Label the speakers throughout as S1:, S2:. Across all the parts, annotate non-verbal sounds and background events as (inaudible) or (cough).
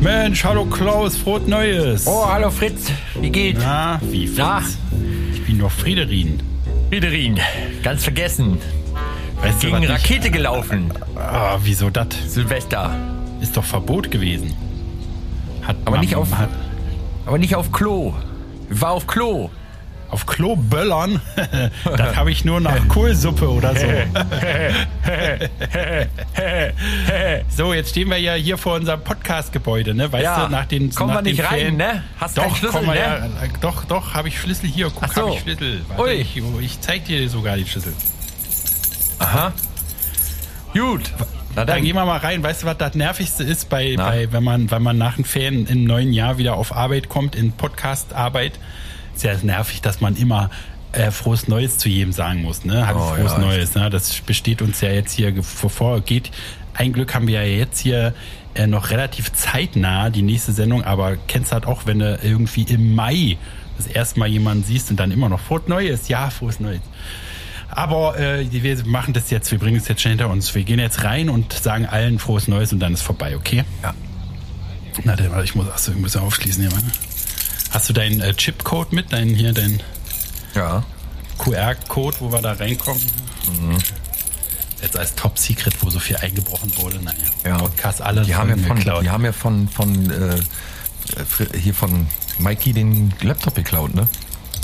S1: Mensch, hallo Klaus, frohes Neues.
S2: Oh, hallo Fritz, wie geht's?
S1: Na, wie
S2: Na?
S1: Fritz? Ich bin doch Friederin.
S2: Friederin, ganz vergessen.
S1: Weißt du,
S2: Gegen
S1: was ich-
S2: Rakete gelaufen,
S1: Ah, wieso das?
S2: Silvester.
S1: Ist doch Verbot gewesen. Hat
S2: Aber nicht auf-
S1: Hat,
S2: Aber nicht auf Klo. War auf Klo.
S1: auf Klo böllern? (laughs) das habe ich
S2: (laughs)
S1: nur nach Kohlsuppe oder so. (laughs) so, jetzt stehen wir ja hier vor unserem Podcast-Gebäude, ne? Weißt
S2: Ja.
S1: du, nach den
S2: Kommen
S1: nach
S2: wir nicht
S1: den
S2: rein,
S1: Ferien-
S2: ne? Hast
S1: doch,
S2: keinen Schlüssel,
S1: kommen wir
S2: ne?
S1: ja- doch, doch, habe ich Schlüssel hier. Guck,
S2: Ach so.
S1: habe ich Schlüssel. Warte,
S2: Ui.
S1: Ich, ich zeig dir sogar den Schlüssel.
S2: Aha. Gut. Na
S1: Dann gehen
S2: dann.
S1: wir mal rein. Weißt du, was das Nervigste ist, bei,
S2: Na?
S1: bei, wenn, man, wenn man nach den Ferien im neuen Jahr wieder auf Arbeit kommt, in Podcast-Arbeit? Ist ja nervig, dass man immer äh, frohes Neues zu jedem sagen muss. Ne? Hallo,
S2: Oh,
S1: frohes
S2: ja.
S1: Neues. Ne? Das besteht uns ja jetzt hier ge- vor- vorgeht. Ein Glück haben wir ja jetzt hier äh, noch relativ zeitnah die nächste Sendung, aber kennst du halt auch, wenn du irgendwie im Mai das erste Mal jemanden siehst und dann immer noch frohes Neues. Ja, frohes Neues. Aber äh, wir machen das jetzt, wir bringen es jetzt schnell hinter uns. Wir gehen jetzt rein und sagen allen frohes Neues und dann ist vorbei, okay?
S2: Ja.
S1: Na, dann, warte, ich muss, achso, ich muss ja aufschließen hier, warte. Hast du deinen äh, Chipcode mit, deinen hier, deinen
S2: Ja.
S1: QR-Code, wo wir da reinkommen?
S2: Mhm.
S1: Jetzt als Top Secret, wo so viel eingebrochen wurde, naja.
S2: Ja.
S1: Podcast alle
S2: Die haben ja
S1: Folgen
S2: von,
S1: geklaut.
S2: die haben ja von, von äh, Fr- hier von Mikey den Laptop geklaut, ne?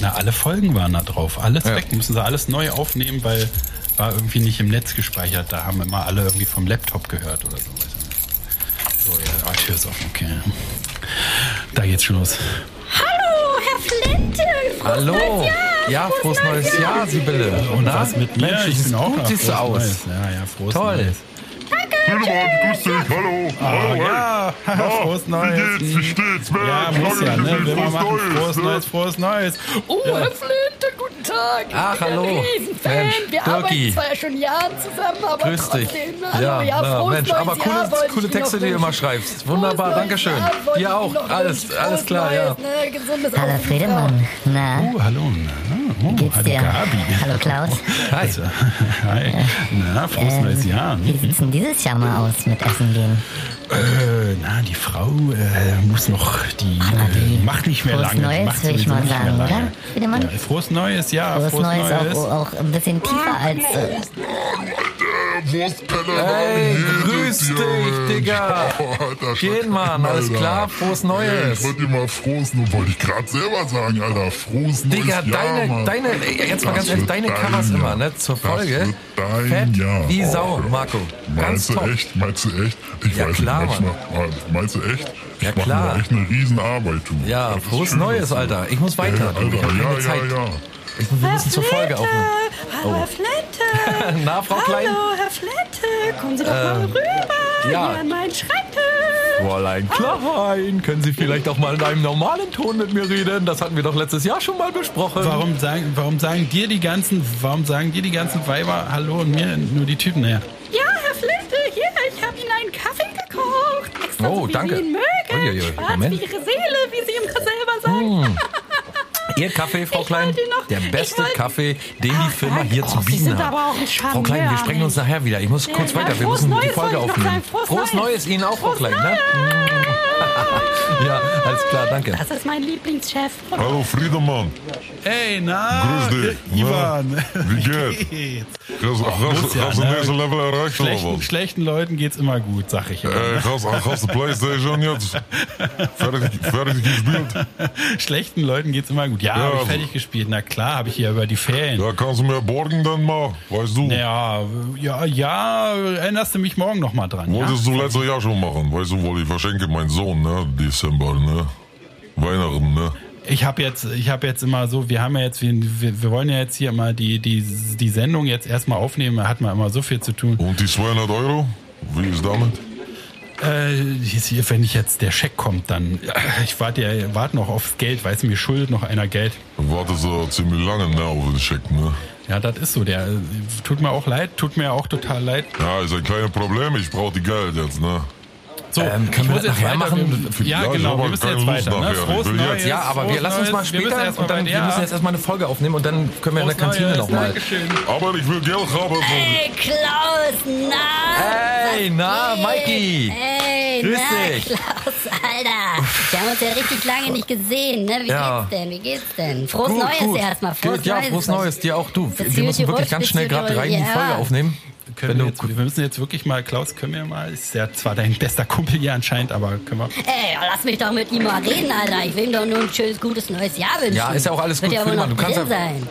S1: Na, alle Folgen waren da drauf. Alles
S2: Ja.
S1: weg, müssen sie alles neu aufnehmen, weil war irgendwie nicht im Netz gespeichert. Da haben immer alle irgendwie vom Laptop gehört oder so. weiß ich nicht. So, ja, ah, Tür ist offen, okay. Da geht's schon los.
S3: Oh,
S4: Hallo, Herr Flinte. Frohes neues Jahr.
S2: Ja, frohes neues Jahr, Sibylle.
S1: Und
S2: Na?
S1: was mit mir?
S2: Mensch,
S1: Ich bin auch
S2: gut
S1: noch
S2: siehst du
S1: frohes
S2: aus.
S1: Neues. Ja, ja, frohes
S2: Toll.
S1: Neues.
S5: Tiedemann, grüß dich, hallo.
S2: Ah,
S5: hallo, hey.
S1: Ja, (laughs) frohes Neues.
S5: Wie geht's, wie steht's, Mensch?
S1: Ja, muss
S5: Lange
S1: ja,
S5: nicht
S1: ne?
S5: gesehen,
S1: Will man machen. Frohes
S5: ne?
S1: Neues, frohes Neues.
S3: Oh, Herr Flinte, guten Tag. Ich
S2: Ach,
S3: bin
S2: Ah, hallo.
S3: Ein Riesenfan.
S2: Mensch,
S3: Wir
S2: Dirki.
S3: arbeiten zwar schon Jahre zusammen, aber
S2: Grüß dich.
S3: trotzdem. ne?
S2: Ja,
S3: Hallo, ja,
S2: na,
S3: frohes
S2: Mensch,
S3: neues
S2: aber coole,
S3: Jahr wollte ich
S2: coole
S3: noch
S2: Texte, die du
S3: wünschen.
S2: immer schreibst. Wunderbar,
S3: Frohes neues
S2: danke schön.
S3: Jahr wollte ich
S2: Dir auch.
S3: Ihnen noch
S2: Alles,
S3: wünschen.
S2: alles
S3: Frohes
S2: klar, ja.
S3: neues, ne, gesundes genau.
S6: Hallo
S3: Auf-
S6: Friedemann, na,
S1: Oh, hallo. Na, oh,
S6: geht's
S1: hallo
S6: dir?
S1: Gabi.
S6: Hallo
S1: (laughs)
S6: Klaus.
S2: Hi.
S1: Also, hi. Na, frohes
S6: Ähm,
S1: neues Jahr. ne?
S6: Wie sieht's denn dieses Jahr mal aus mit Essen gehen?
S1: Äh, na, die Frau äh, muss noch, die,
S6: Aber die-
S1: äh, macht nicht mehr
S6: Frohes
S1: lange. die
S6: Neues,
S1: macht
S6: würde ich
S1: sowieso
S6: mal
S1: nicht mehr
S6: sagen,
S1: lange.
S6: oder? Friedemann?
S1: Ja, frohes Neues, ja,
S6: Frohes,
S1: frohes,
S6: Neues,
S1: Neues.
S6: Auch, oh, auch ein bisschen tiefer als. Äh,
S5: Äh, Wurstpelle,
S2: Hey, grüß dich,
S5: dir, Mensch.
S2: Digga.
S5: Oh, Alter,
S2: Gehen, Mann,
S5: Alter.
S2: alles klar, frohes
S5: Ey,
S2: Neues.
S5: Ich wollte dir mal frohes, nur wollte ich gerade selber sagen, Alter. Frohes neues
S2: Digga,
S5: Jahr,
S2: deine,
S5: Mann.
S2: deine, ey, jetzt mal
S5: Das
S2: ganz ehrlich,
S5: wird
S2: deine
S5: dein
S2: Covers
S5: Jahr.
S2: immer, ne, zur
S5: Das
S2: Folge.
S5: wird Dein
S2: Fett
S5: Jahr.
S2: wie
S5: Oh,
S2: Sau,
S5: Gott.
S2: Marco. Ganz
S5: Meinst du
S2: top.
S5: echt? Meinst du echt? Ich
S2: Ja,
S5: weiß
S2: klar,
S5: nicht, manchmal. Meinst du echt? Ich
S2: Ja,
S5: mach mir
S2: klar.
S5: echt eine Riesenarbeit, du.
S2: Ja,
S5: Das ist
S2: frohes
S5: schön,
S2: Neues,
S5: dass du-
S2: Alter. Ich muss
S5: Ey,
S2: weiter. du. Ich hab
S5: Alter,
S2: keine
S5: ja,
S2: Zeit.
S5: ja, ja.
S2: Ich, wir müssen zur Folge aufnehmen. Oh.
S7: Hallo, Herr Flette.
S2: (laughs) Na, Frau Klein? Ähm,
S7: Hallo, Herr Flette. Kommen Sie doch mal rüber
S2: ja.
S7: hier an meinen Schreibtisch.
S2: Fräulein Klein, können Sie vielleicht auch mal in einem normalen Ton mit mir reden? Das hatten wir doch letztes Jahr schon mal besprochen.
S1: Warum sagen, warum sagen dir die ganzen, warum sagen dir die ganzen Weiber Hallo und mir nur die Typen? Naja,
S7: Ja, Herr Flette, hier, ich habe Ihnen einen Kaffee gekocht. Extra
S2: Oh,
S7: so, wie
S2: danke.
S7: Sie ihn mögen.
S2: Uiuiui,
S7: Schwarz
S2: Moment. Hm,
S7: wie Ihre Seele, wie Sie immer selber sagen.
S2: Ihr Kaffee, Frau
S7: Ich
S2: Klein,
S7: wollte noch-
S2: der
S7: ich
S2: beste
S7: wollte-
S2: Kaffee, den die
S7: Ach,
S2: Firma hier
S7: Frank,
S2: zu
S7: oh, Sie
S2: bieten
S7: sind
S2: hat.
S7: aber auch ein
S2: Frau Klein, wir
S7: Charmeur,
S2: sprechen uns
S7: Mensch.
S2: nachher wieder. Ich muss
S7: Ja,
S2: kurz
S7: ja,
S2: weiter. Wir
S7: frohes
S2: müssen die
S7: Neues
S2: Folge
S7: wollte ich noch
S2: aufnehmen.
S7: sagen. Frohes
S2: Frohes
S7: Neues.
S2: Neues Ihnen auch, Frau
S7: Frohes
S2: Klein. Ne? Ja, alles klar, danke.
S7: Ah, Das ist mein Lieblingschef.
S5: Hallo, Friedemann.
S1: Hey, na,
S5: Grüß dich.
S1: Ivan.
S5: Wie geht's?
S1: Geht's?
S5: Hast,
S1: muss
S5: hast,
S1: ja,
S5: hast du
S1: ne?
S5: nächste Level erreicht oder
S1: (laughs) Schlechten,
S5: was?
S1: schlechten Leuten geht's immer gut, sag ich. immer.
S8: Э,
S5: Ey, hast, hast du Playstation jetzt fertig, fertig gespielt?
S1: Schlechten Leuten geht's immer gut. Ja,
S5: Ja,
S1: hab ich
S5: also-
S1: fertig gespielt. Na klar, habe ich hier über die Ferien.
S5: Ja, kannst du mir borgen dann mal, weißt du?
S1: Ja, ja, ja, erinnerst du mich morgen nochmal dran. Ja?
S5: Wolltest du letztes Jahr schon machen, weißt du, weil ich verschenke meinen Sohn, ne, Dezember, ne? Weihnachten, ne?
S1: Ich habe jetzt, ich habe jetzt immer so, wir haben ja jetzt, wir, wir wir wollen ja jetzt hier immer die, die, die Sendung jetzt erstmal aufnehmen, da hat man immer so viel zu tun.
S5: Und die 200 Euro? Wie ist damit?
S1: Äh, hier, wenn ich jetzt der Scheck kommt, dann, äh, ich warte ja, warte noch auf Geld, weißt du, mir schuldet noch einer Geld.
S5: Dann wartest du ziemlich lange, ne, auf den Scheck, ne?
S1: Ja, das ist so, der, tut mir auch leid, tut mir auch total leid.
S5: Ja, ist ein kleines Problem, ich brauche die Geld jetzt, ne?
S1: So,
S2: Ähm, können
S1: ich
S2: wir
S1: muss
S2: das
S1: jetzt
S2: nachher
S1: weiter-
S2: machen?
S1: Ja,
S5: Ja, ich
S1: genau,
S5: hab
S1: wir
S5: halt
S1: müssen
S5: keine
S1: jetzt
S5: Lust
S1: weiter, ne?
S5: nachher. Ich
S1: Frohes
S5: will
S1: Neues,
S5: jetzt-
S2: Ja, aber wir
S1: frohes
S2: lassen uns mal
S1: Neues, wir müssen
S2: später
S1: erst mal
S2: und dann,
S1: weiter,
S2: wir
S1: ja.
S2: müssen jetzt erstmal eine Folge aufnehmen und dann können wir in der
S1: Frohes
S2: Kantine
S1: Neues,
S2: nochmal.
S1: Dankeschön.
S5: Aber ich will Geld haben, sonst
S6: Klaus, na!
S2: Hey, na,
S6: was geht?
S2: Mikey.
S6: Ey, Hi,
S2: Grüß
S6: na,
S2: dich.
S6: Klaus, Alter. Wir haben uns ja richtig lange nicht gesehen, ne? Wie
S2: Ja.
S6: geht's denn? Wie geht's denn? Frohes Neues erstmal. Frohes
S2: Gut, ja,
S6: Neues.
S2: frohes Neues. Dir auch. Du,
S6: Das
S2: wir müssen
S6: Jürgen
S2: wirklich
S6: Rutsch,
S2: ganz
S6: das
S2: schnell
S6: Jürgen
S2: gerade rein die
S6: Rutsch, ja.
S2: Folge aufnehmen.
S1: Können wir, jetzt, wir müssen jetzt wirklich mal, Klaus, können wir mal, ist ja zwar dein bester Kumpel hier anscheinend, aber können wir.
S6: Ey, lass mich doch mit ihm mal reden, Alter. Ich will ihm doch nur ein schönes, gutes neues Jahr wünschen.
S2: Ja, ist ja auch alles
S6: Wird
S2: gut.
S6: ja wohl
S2: Friedemann,
S6: noch
S2: du kannst
S6: drin
S2: ja-
S6: sein.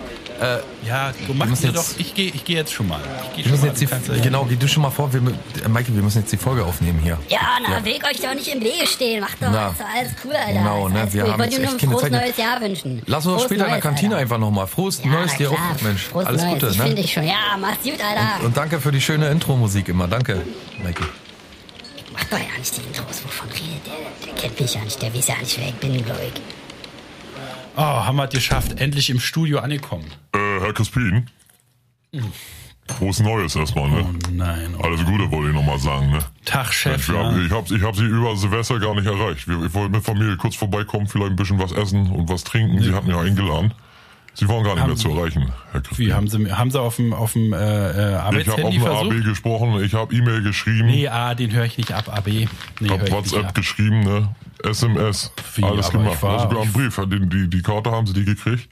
S1: Ja, du machst
S2: müssen
S1: dir
S2: jetzt-
S1: doch. Ich gehe ich geh jetzt schon mal. Ich geh
S2: Wir
S1: schon
S2: müssen
S1: mal,
S2: jetzt
S1: du
S2: die,
S1: kannst ja-
S2: genau, geh du schon mal vor. Wir, mü- äh, Maike, wir müssen jetzt die Folge aufnehmen hier.
S6: Ja, na,
S2: Ja.
S6: will euch doch nicht im Wege stehen. Macht doch,
S2: Na.
S3: also
S6: ist doch alles cool, Alter.
S2: Genau,
S6: Ist
S2: ne,
S6: alles
S2: wir
S6: cool.
S2: haben
S6: ich wollte
S2: jetzt
S6: dir
S2: echt
S6: nur ein
S2: keine Zeit.
S6: frohes neues Jahr wünschen.
S2: Lass uns doch
S6: Frohes
S2: später in der
S6: Neues,
S2: Kantine
S6: Alter.
S2: einfach nochmal. Frohes
S6: Ja,
S2: Neues
S6: na
S2: dir
S6: klar.
S2: auch, Mensch.
S6: Frohes
S2: Alles
S6: neues.
S2: Gute,
S6: ich
S2: ne?
S6: Finde ich schon. Ja, mach's gut, Alter.
S2: Und danke für die schöne Intro-Musik immer. Danke, Maike.
S6: Mach doch ja nicht die Intros, wovon redet der? Der kennt mich ja nicht, der weiß ja nicht, wer ich bin, glaub ich.
S1: Oh, haben wir es geschafft. Endlich im Studio angekommen.
S5: Äh, Herr Kaspin. Frohes Neues erstmal, ne?
S1: Nein. Oh.
S5: Alles Gute wollte ich nochmal sagen, ne?
S1: Tag,
S5: Mensch,
S1: Chef.
S5: wir
S1: ja.
S5: haben, ich habe ich hab sie über Silvester gar nicht erreicht. Wir, ich wollte mit Familie kurz vorbeikommen, vielleicht ein bisschen was essen und was trinken. Sie hatten ja eingeladen. Sie waren gar nicht mehr zu erreichen, Herr Kaspin.
S1: Wie, haben sie, haben sie auf dem, auf dem äh, äh,
S5: ich habe auf eine
S1: Arbeitshandy versucht?
S5: AB gesprochen, ich habe E-Mail geschrieben,
S1: Nee, A, den höre ich nicht ab. AB. Nee,
S5: ich
S1: hör
S5: habe
S1: ich
S5: WhatsApp
S1: nicht ab.
S5: geschrieben, ne? SMS,
S1: Wie,
S5: alles
S1: aber
S5: gemacht.
S1: ich war-
S5: sogar einen Brief. Die, die, die Karte haben sie die gekriegt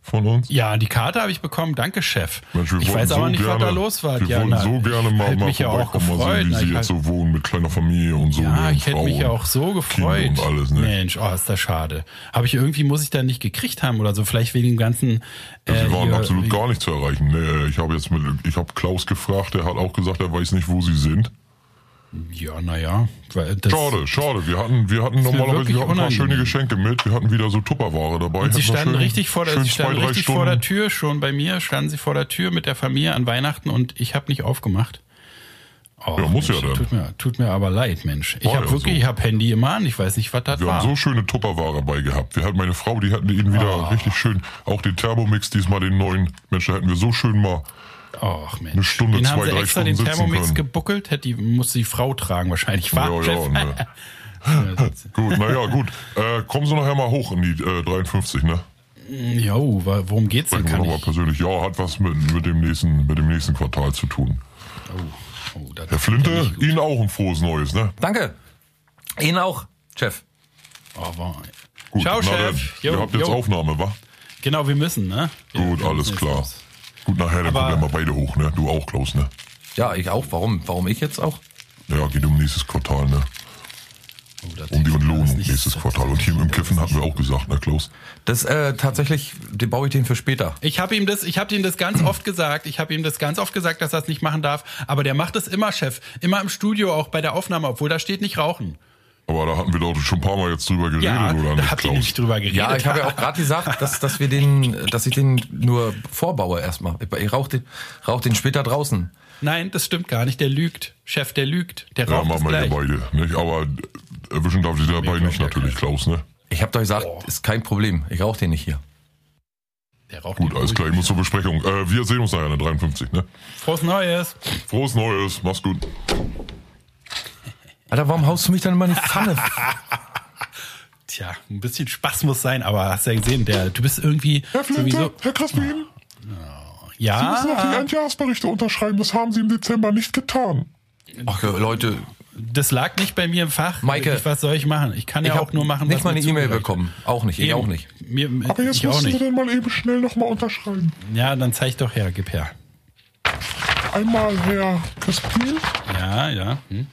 S5: von uns.
S1: Ja, die Karte habe ich bekommen. Danke, Chef.
S5: Mensch, wir
S1: ich
S5: wollten
S1: weiß aber
S5: so
S1: nicht,
S5: gerne,
S1: was da los war.
S5: Wir
S1: ja,
S5: wollten
S1: na,
S5: so gerne mal,
S1: hätte
S5: mal
S1: mich ja auch
S5: vorbeikommen, mal
S1: gefreut.
S5: sehen, wie
S1: Na,
S5: sie
S1: ich
S5: jetzt so
S1: halt-
S5: wohnen mit kleiner Familie und so.
S1: ja,
S5: ihren
S1: ich hätte mich ja
S5: Frauen,
S1: auch so gefreut.
S5: Kindern Und alles, ne?
S1: Mensch, oh, ist das schade. Habe ich irgendwie, muss ich da nicht gekriegt haben oder so. Vielleicht wegen dem ganzen...
S5: Sie
S1: äh,
S5: Also waren
S1: hier-
S5: absolut gar nicht zu erreichen. Nee, ich habe jetzt mit, ich habe Klaus gefragt, der hat auch gesagt, er weiß nicht, wo sie sind.
S1: Ja, naja.
S5: Schade, schade. Wir hatten, wir hatten
S1: mir
S5: normalerweise
S1: wirklich
S5: wir hatten ein paar
S1: unangenehm.
S5: schöne Geschenke mit. Wir hatten wieder so Tupperware dabei.
S1: Und sie
S5: Hätten wir
S1: standen
S5: schön-
S1: richtig, vor der,
S5: schön
S1: sie standen
S5: zwei, drei
S1: richtig
S5: Stunden.
S1: vor der Tür, schon bei mir standen sie vor der Tür mit der Familie an Weihnachten und ich habe nicht aufgemacht. Och,
S5: Ja, muss
S1: Mensch,
S5: ja dann.
S1: Tut mir, tut mir aber leid, Mensch. Ich
S5: War
S1: habe
S5: ja
S1: wirklich,
S5: so.
S1: ich habe Handy immer an, ich weiß nicht, was das
S5: Wir
S1: war.
S5: haben so schöne Tupperware bei gehabt. Wir hatten meine Frau, die hatten ihnen
S1: Ah.
S5: wieder richtig schön, auch den Thermomix, diesmal den neuen. Mensch, da hätten wir so schön mal.
S1: Och, Mensch.
S5: Eine Stunde,
S1: den haben
S5: zwei,
S1: sie
S5: drei
S1: extra
S5: Stunden
S1: den
S5: sitzen
S1: Thermomix
S5: können.
S1: gebuckelt, hätte die, musste die Frau tragen wahrscheinlich. War,
S5: Ja, ja, ne.
S1: Chef?
S5: Gut, naja, gut. Äh, kommen Sie nachher mal hoch in die äh, 53, ne?
S1: (laughs) Jo, wa- worum geht's denn?
S5: Sprechen wir
S1: Kann
S5: nochmal
S1: ich?
S5: persönlich. Ja, hat was mit, mit, dem nächsten, mit dem nächsten Quartal zu tun.
S1: Oh, das
S5: Herr Flinte, Ihnen auch ein frohes Neues, ne?
S2: Danke. Ihnen auch, Chef.
S1: oh, war.
S5: Gut,
S1: Ciao,
S5: na
S1: Chef.
S5: Dann,
S1: Jo,
S5: ihr habt jetzt
S1: jo.
S5: Aufnahme, wa?
S1: Genau, wir müssen, ne? Wir
S5: Gut,
S1: wir
S5: alles
S1: müssen jetzt
S5: klar.
S1: los.
S5: Gut, nachher, dann
S1: Aber-
S5: kommen wir mal beide hoch, ne? Du auch, Klaus, ne?
S2: Ja, ich auch. Warum? Warum ich jetzt auch?
S5: Ja, geht um nächstes Quartal, ne?
S1: Oh, das
S5: Um die
S1: klingt alles
S5: Entlohnung
S1: nicht-
S5: nächstes Quartal. Und hier im Kiffen hatten wir auch gesagt, ne, Klaus?
S2: Das äh, tatsächlich, den baue ich den für später.
S1: Ich habe ihm das, ich habe ihm das ganz oft gesagt. Ich habe ihm das ganz oft gesagt, dass er es nicht machen darf. Aber der macht es immer, Chef. Immer im Studio, auch bei der Aufnahme, obwohl da steht nicht rauchen.
S5: Aber da hatten wir doch schon ein paar Mal jetzt drüber geredet,
S1: Ja,
S5: oder
S1: da
S5: nicht,
S1: habt ihr
S5: Klaus?
S1: nicht drüber geredet.
S2: Ja, ich habe ja auch
S1: (laughs)
S2: gerade
S6: (laughs)
S2: gesagt, dass, dass wir den, dass ich den nur vorbaue erstmal. Ich, ich rauche den, rauch den später draußen.
S1: Nein, das stimmt gar nicht. Der lügt, Chef. Der lügt. Der
S5: Ja,
S1: raucht es
S5: machen wir
S1: gleich.
S5: hier beide, nicht? Aber erwischen darf sie dabei nicht, natürlich, Klaus, ne?
S2: Ich habe doch gesagt, ist kein Problem. Ich rauche den nicht hier.
S1: Der raucht
S5: Gut,
S1: nicht.
S5: alles klar, ich muss zur Besprechung. Äh, wir sehen uns nachher in der 53, ne?
S1: Frohes Neues.
S5: Frohes Neues, mach's gut.
S2: Alter, warum haust du mich dann immer in die
S6: (laughs)
S2: Pfanne?
S1: Tja, ein bisschen Spaß muss sein, aber hast ja gesehen, der, du bist irgendwie sowieso. Ah.
S5: Herr Kaspin,
S1: Ja,
S5: Endjahresberichte unterschreiben, das haben Sie im Dezember nicht getan.
S2: Ach, Leute,
S1: das lag nicht bei mir im Fach.
S2: Maike,
S1: Ich- was soll ich machen? Ich kann
S2: ich
S1: ja
S2: habe
S1: auch nur machen,
S2: nicht
S1: was
S2: mal
S1: mir
S2: eine E-Mail
S1: zugereicht
S2: bekommen. Auch nicht, ich
S1: Eben.
S2: auch nicht.
S1: Mir, ich auch nicht.
S5: dann mal eben schnell nochmal unterschreiben.
S1: Ja, dann zeig doch her, gib her.
S5: Einmal Herr Kaspin,
S1: Ja, ja. Hm.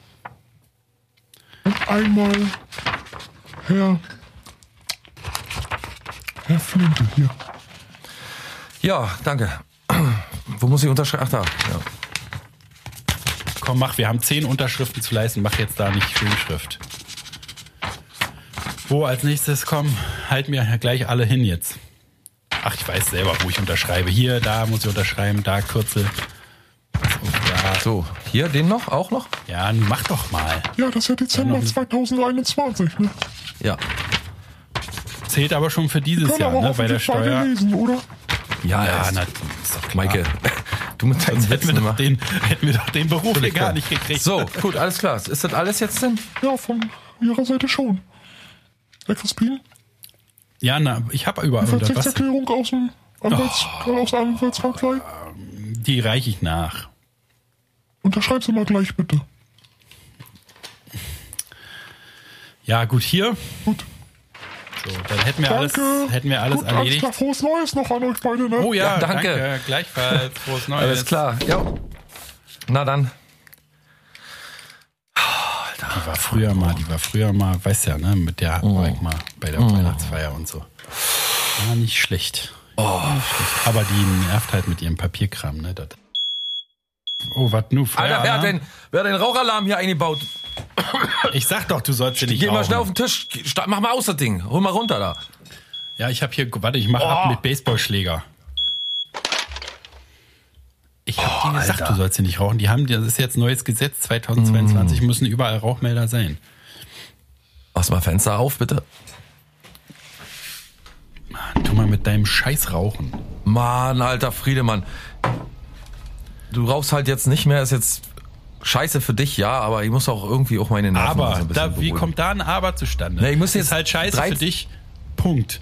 S5: einmal Herr... Herr Flinte hier.
S2: Ja, danke. (clears throat) Wo muss ich unterschreiben? Ach da. Ja.
S1: Komm, mach, wir haben zehn Unterschriften zu leisten. Mach jetzt da nicht Filmschrift. Wo als nächstes kommen? Halt mir gleich alle hin jetzt. Ach, ich weiß selber, wo ich unterschreibe. Hier, da muss ich unterschreiben, da Kürzel. Und da.
S2: So, hier, den noch? Auch noch?
S1: Ja, nun mach doch mal.
S5: Ja, das ist ja Dezember 2021, ne?
S2: Ja.
S1: Zählt aber schon für dieses Jahr, ne? Bei der Steuer.
S5: lesen, oder?
S2: Ja,
S1: Ja,
S2: ja.
S1: na, ist doch klar.
S2: Maike, (laughs) du mit deinen
S1: Sonst hätten wir,
S2: Sätzen
S1: doch
S2: immer.
S1: den, hätten wir doch den Beruf hier gar nicht gekriegt.
S2: So, gut, alles klar. Ist das alles jetzt denn?
S5: Ja, von Ihrer Seite schon. Herr Kaspin,
S1: Ja, na, ich habe überall unter was. Oh.
S5: Verzehrserklärung aus dem Anwalts, aus der Anwaltskanzlei.
S1: Die reiche ich nach.
S5: Unterschreib sie mal gleich bitte.
S1: Ja, gut, hier.
S5: Gut.
S1: So, dann hätten wir
S5: Danke.
S1: alles, hätten wir alles
S5: Gut,
S1: erledigt.
S5: klar, frohes Neues noch an euch beide, ne?
S1: Oh ja,
S2: Ja,
S1: danke.
S2: danke.
S1: Gleichfalls. (laughs) Frohes Neues.
S2: Alles klar. Ja. Na dann.
S1: Die war früher mal, die war früher mal, weißt ja, ne, mit der war ich mal bei der Weihnachtsfeier und so. War nicht schlecht. War nicht schlecht. Aber die nervt halt mit ihrem Papierkram, ne? Das. Oh, was nu?
S2: Alter, wer hat,
S1: Feueralarm?
S2: den, wer hat den Rauchalarm hier eingebaut?
S1: Ich sag doch, du sollst dir nicht
S2: Geh mal schnell auf
S1: rauchen.
S2: den Tisch. Geh- sta- Mach mal aus das Ding. Hol mal runter da.
S1: Ja, ich hab hier, warte, ich mach
S2: Oh.
S1: ab mit Baseballschläger. Ich hab dir gesagt, du sollst dir nicht rauchen. Die haben, das ist jetzt neues Gesetz, 2022 müssen überall Rauchmelder sein.
S2: Mach's mal Fenster auf, bitte.
S1: Tu mal mit deinem Scheiß rauchen.
S2: Mann, alter Friedemann. Du rauchst halt jetzt nicht mehr, ist jetzt scheiße für dich, ja, aber ich muss auch irgendwie auch meine Nerven so
S1: Aber,
S2: ein bisschen
S1: da, wie
S2: beruhigen.
S1: kommt da ein Aber zustande?
S2: Na, ich muss jetzt
S1: ist halt scheiße für
S2: 13
S1: dich. Punkt.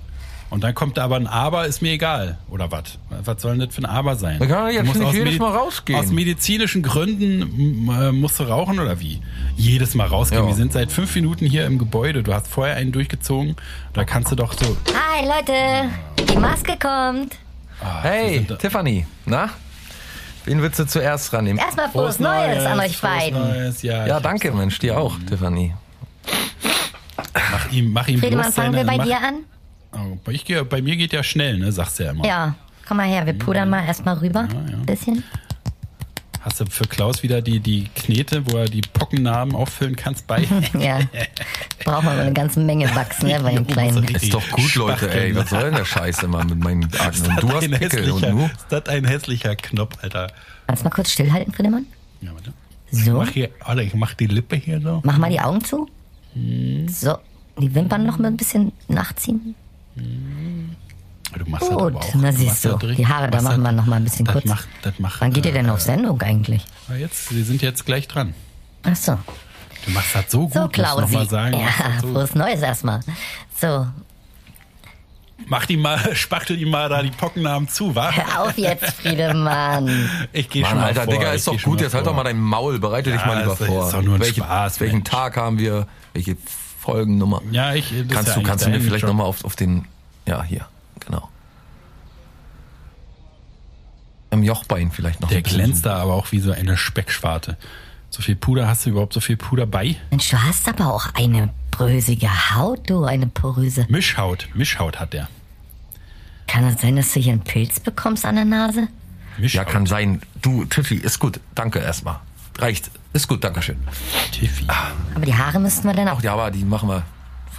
S1: Und dann kommt da aber ein Aber, ist mir egal. Oder was? Was soll denn das für ein Aber sein?
S2: Da kann man jetzt
S1: Du musst
S2: nicht
S1: aus
S2: jedes
S1: Medi-
S2: Mal rausgehen.
S1: Aus medizinischen Gründen m, äh, musst du rauchen oder wie? Jedes Mal rausgehen.
S2: Ja.
S1: Wir sind seit fünf Minuten hier im Gebäude. Du hast vorher einen durchgezogen. Da kannst du doch so.
S6: Hi, Leute. Die Maske kommt.
S2: Hey, Tiffany, na? Wen willst du zuerst rannehmen?
S6: Erstmal frohes, Neues, an euch
S1: frohes
S6: beiden.
S1: Neues, ja,
S2: Ja,
S1: ich-
S2: danke, Mensch, dir auch,
S1: Mhm.
S2: Tiffany.
S1: Mach ihm, mach ihm
S6: Friedemann,
S1: bloß
S6: fangen wir
S1: seine-
S6: bei
S1: mach,
S6: dir an?
S1: Oh, Ich gehe, bei mir geht ja schnell, ne? Sagst du ja immer.
S6: Ja. Komm mal her, wir pudern mal erstmal rüber. Bisschen.
S1: Hast du für Klaus wieder die, die Knete, wo er die Pockennarben auffüllen kannst
S6: (laughs)
S1: bei?
S6: Ja. Braucht man aber eine ganze Menge Wachs, ne, bei dem kleinen.
S2: Ist doch gut, Leute,
S1: Spachteln.
S2: ey. Was soll denn der Scheiß immer mit
S1: (laughs)
S2: meinen Akten? Und du hast
S1: Ein
S2: Pickel und
S1: hässlicher,
S2: du?
S1: ist das ein hässlicher Knopf, Alter.
S6: Kannst du mal kurz stillhalten, Friedemann?
S1: Ja, warte.
S6: So.
S1: Mach hier, Alter, ich mach die Lippe hier so.
S6: Mach mal die Augen zu.
S1: Hm.
S6: So. Die Wimpern noch mal ein bisschen nachziehen.
S1: Du machst das aber
S6: Gut,
S1: auch.
S6: na
S1: du
S6: siehst
S1: machst
S6: du.
S1: das direkt-
S6: Die Haare, da
S1: machst
S6: machen wir
S1: das-
S6: noch mal ein bisschen
S1: das
S6: kurz.
S1: macht- das macht,
S6: Wann geht ihr
S1: äh,
S6: denn auf Sendung eigentlich?
S1: Ah, Jetzt, wir sind jetzt gleich dran.
S6: Ach so.
S1: Du machst das so gut,
S6: So,
S1: muss ich noch
S6: Klausi.
S1: mal sagen. Du machst
S6: Ja,
S1: das so.
S6: frohes Neues erstmal. So,
S1: Mach die mal, (laughs) spachtel ihm mal da die Pockennarben zu, wa?
S6: hör auf jetzt,
S1: (laughs)
S6: Friedemann.
S1: Ich gehe schon
S2: Mann,
S1: mal
S2: Alter,
S1: vor.
S2: Digga,
S1: ich
S2: ist
S1: geh
S2: doch
S1: schon
S2: gut.
S1: mal
S2: Jetzt halt
S1: vor.
S2: doch mal dein Maul. Bereite dich
S1: Ja,
S2: mal lieber
S1: ist doch-
S2: vor.
S1: ist doch nur ein
S2: Welche-
S1: Spaß,
S2: Welchen
S1: Mensch.
S2: Tag haben wir? Welche Folgennummer?
S1: Ja, ich, das ist
S2: kannst
S1: ja
S2: du,
S1: eigentlich
S2: kannst du mir
S1: dein
S2: vielleicht
S1: Job.
S2: nochmal auf, auf den. Ja, hier, genau. Am Jochbein vielleicht noch.
S1: Der
S2: ein bisschen.
S1: glänzt da aber auch wie so eine Speckschwarte. So viel Puder, hast du überhaupt so viel Puder bei?
S6: Mensch, du hast aber auch eine brösige Haut, du, eine poröse.
S1: Mischhaut, Mischhaut hat der.
S6: Kann es sein, dass du hier einen Pilz bekommst an der Nase?
S2: Ja,
S1: Mischhaut.
S2: kann sein. Du, Tiffy, ist gut. Danke erstmal. Reicht. Ist gut, Dankeschön.
S1: Tiffy.
S6: Aber die Haare müssten wir dann auch.
S2: Ach ja, aber die machen wir.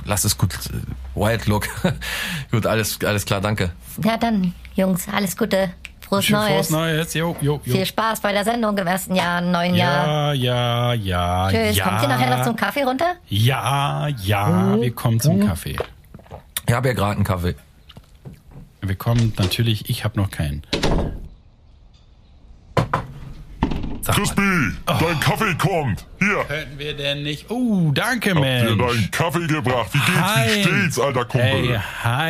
S2: Lass es gut. äh, Wild Look. (laughs) gut, alles, alles klar, danke.
S6: Ja, dann, Jungs, alles Gute. Frohes
S1: Schön
S6: Neues.
S1: frohes Neues. Jo, jo, jo.
S6: Viel Spaß bei der Sendung im ersten Jahr, im neuen Jahr.
S1: Ja, ja, ja,
S6: Tschüss.
S1: ja.
S6: Kommt ihr nachher noch zum Mhm. Kaffee runter?
S1: Ja, ja, wir kommen zum Kaffee.
S2: Ich habe ja gerade einen Kaffee.
S1: Wir kommen natürlich, ich habe noch keinen. Sag mal,
S5: Crispy, dein Kaffee kommt. Hier,
S1: könnten wir denn nicht... Oh, danke,
S5: hab dir deinen
S1: Mensch.
S5: Kaffee gebracht. Wie geht's? Wie steht's, Halt alter Kumpel? Halt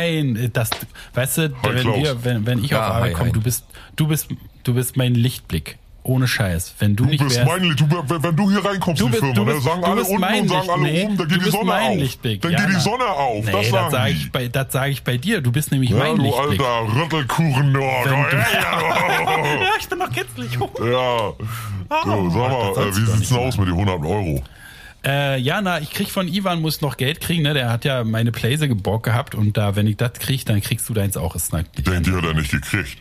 S1: Hey, Hein, das, weißt du,
S5: Hi,
S1: wenn,
S5: Klaus.
S1: wir, wenn, wenn ich
S2: Ja,
S1: auf Arbeit
S2: hi,
S1: komme,
S2: Hein.
S1: du bist, du bist, du bist mein Lichtblick. Ohne Scheiß. Wenn du,
S5: Du
S1: nicht
S5: bist
S1: wärst,
S5: mein Licht. Du, wenn- wenn du hier reinkommst, in die Firma, ne, sagen alle unten und sagen alle
S1: nee,
S5: oben, dann
S1: du
S5: geht die
S1: bist
S5: Sonne
S1: mein
S5: auf.
S1: Lichtblick.
S5: Dann geht
S1: Jana.
S5: die Sonne auf.
S1: Nee,
S5: das
S1: das
S5: sagen
S1: sage
S5: die.
S1: ich, bei- das sag ich bei dir. Du bist nämlich
S5: Ja,
S1: mein
S5: du
S1: Lichtblick.
S5: alter Rüttelkuchen. Ja, ja,
S1: (laughs) ich bin doch kitzlig.
S5: ja. So, sag
S1: Oh, das
S5: mal,
S1: sollst
S5: äh,
S1: du
S5: wie
S1: doch
S5: sieht's
S1: nicht
S5: denn aus mit den 100 Euro?
S1: Äh, ja, na, ich krieg von Ivan, muss noch Geld kriegen. Ne? Der hat ja meine Pläse geborgt gehabt. Und da, wenn ich das krieg, dann kriegst du deins auch. Ist na-
S5: Den, die hat er nicht gekriegt.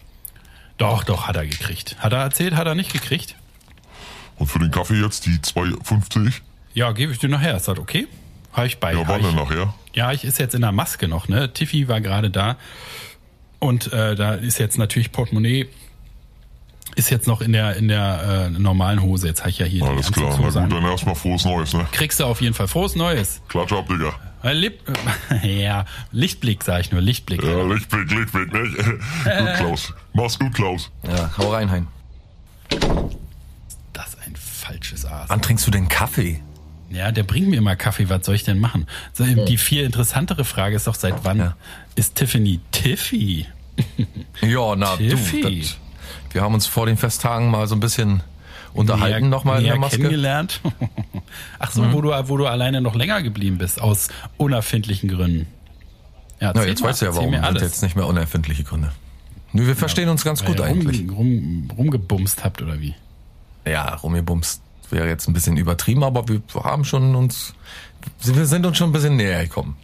S1: Doch, doch, hat er gekriegt. Hat er erzählt, hat er nicht gekriegt?
S5: Und für den Kaffee jetzt die 2,50?
S1: Ja, gebe ich dir nachher. Ist das okay? Habe ich bei.
S5: Ja,
S1: hab
S5: wann
S1: ich,
S5: denn nachher?
S1: Ja, ich ist jetzt in der Maske noch, ne? Tiffy war gerade da. Und äh, da ist jetzt natürlich Portemonnaie ist jetzt noch in der in der äh, normalen Hose. Jetzt habe ich ja hier
S5: Alles
S1: die
S5: klar,
S1: ganze
S5: na
S1: Zusage.
S5: gut, dann erstmal frohes Neues, ne?
S1: Kriegst du auf jeden Fall frohes Neues.
S5: Klatsch ab, Digga.
S1: Äh, Lip (laughs) ja, Lichtblick sage ich nur, Lichtblick.
S5: Ja, Lichtblick, Lichtblick, nicht? (laughs) gut, Klaus. Mach's gut, Klaus.
S2: Ja, hau rein, Hein.
S1: Das ist ein falsches Aas.
S2: Wann trinkst du denn Kaffee?
S1: Ja, der bringt mir immer Kaffee, was soll ich denn machen? So, die viel interessantere Frage ist doch, seit wann
S2: Ja.
S1: ist Tiffany Tiffy?
S2: Ja, na,
S1: Tiffy.
S2: du. Das, wir haben uns vor den Festtagen mal so ein bisschen unterhalten
S1: Näher-
S2: nochmal in der
S1: näher
S2: Maske.
S1: kennengelernt. (laughs) Ach so, wo, du, wo du alleine noch länger geblieben bist, aus unerfindlichen Gründen. Ja,
S2: Na,
S1: erzähl
S2: jetzt
S1: mal,
S2: weißt du ja,
S1: erzähl
S2: warum.
S1: mir
S2: Sind
S1: alles.
S2: jetzt nicht mehr unerfindliche Gründe. Nö, wir verstehen uns ganz gut
S1: Weil ihr
S2: eigentlich.
S1: Rum, rum, rumgebumst habt oder wie? (laughs)
S2: Ja, rumgebumst wäre jetzt ein bisschen übertrieben, aber wir haben schon uns, wir sind uns schon ein bisschen näher gekommen.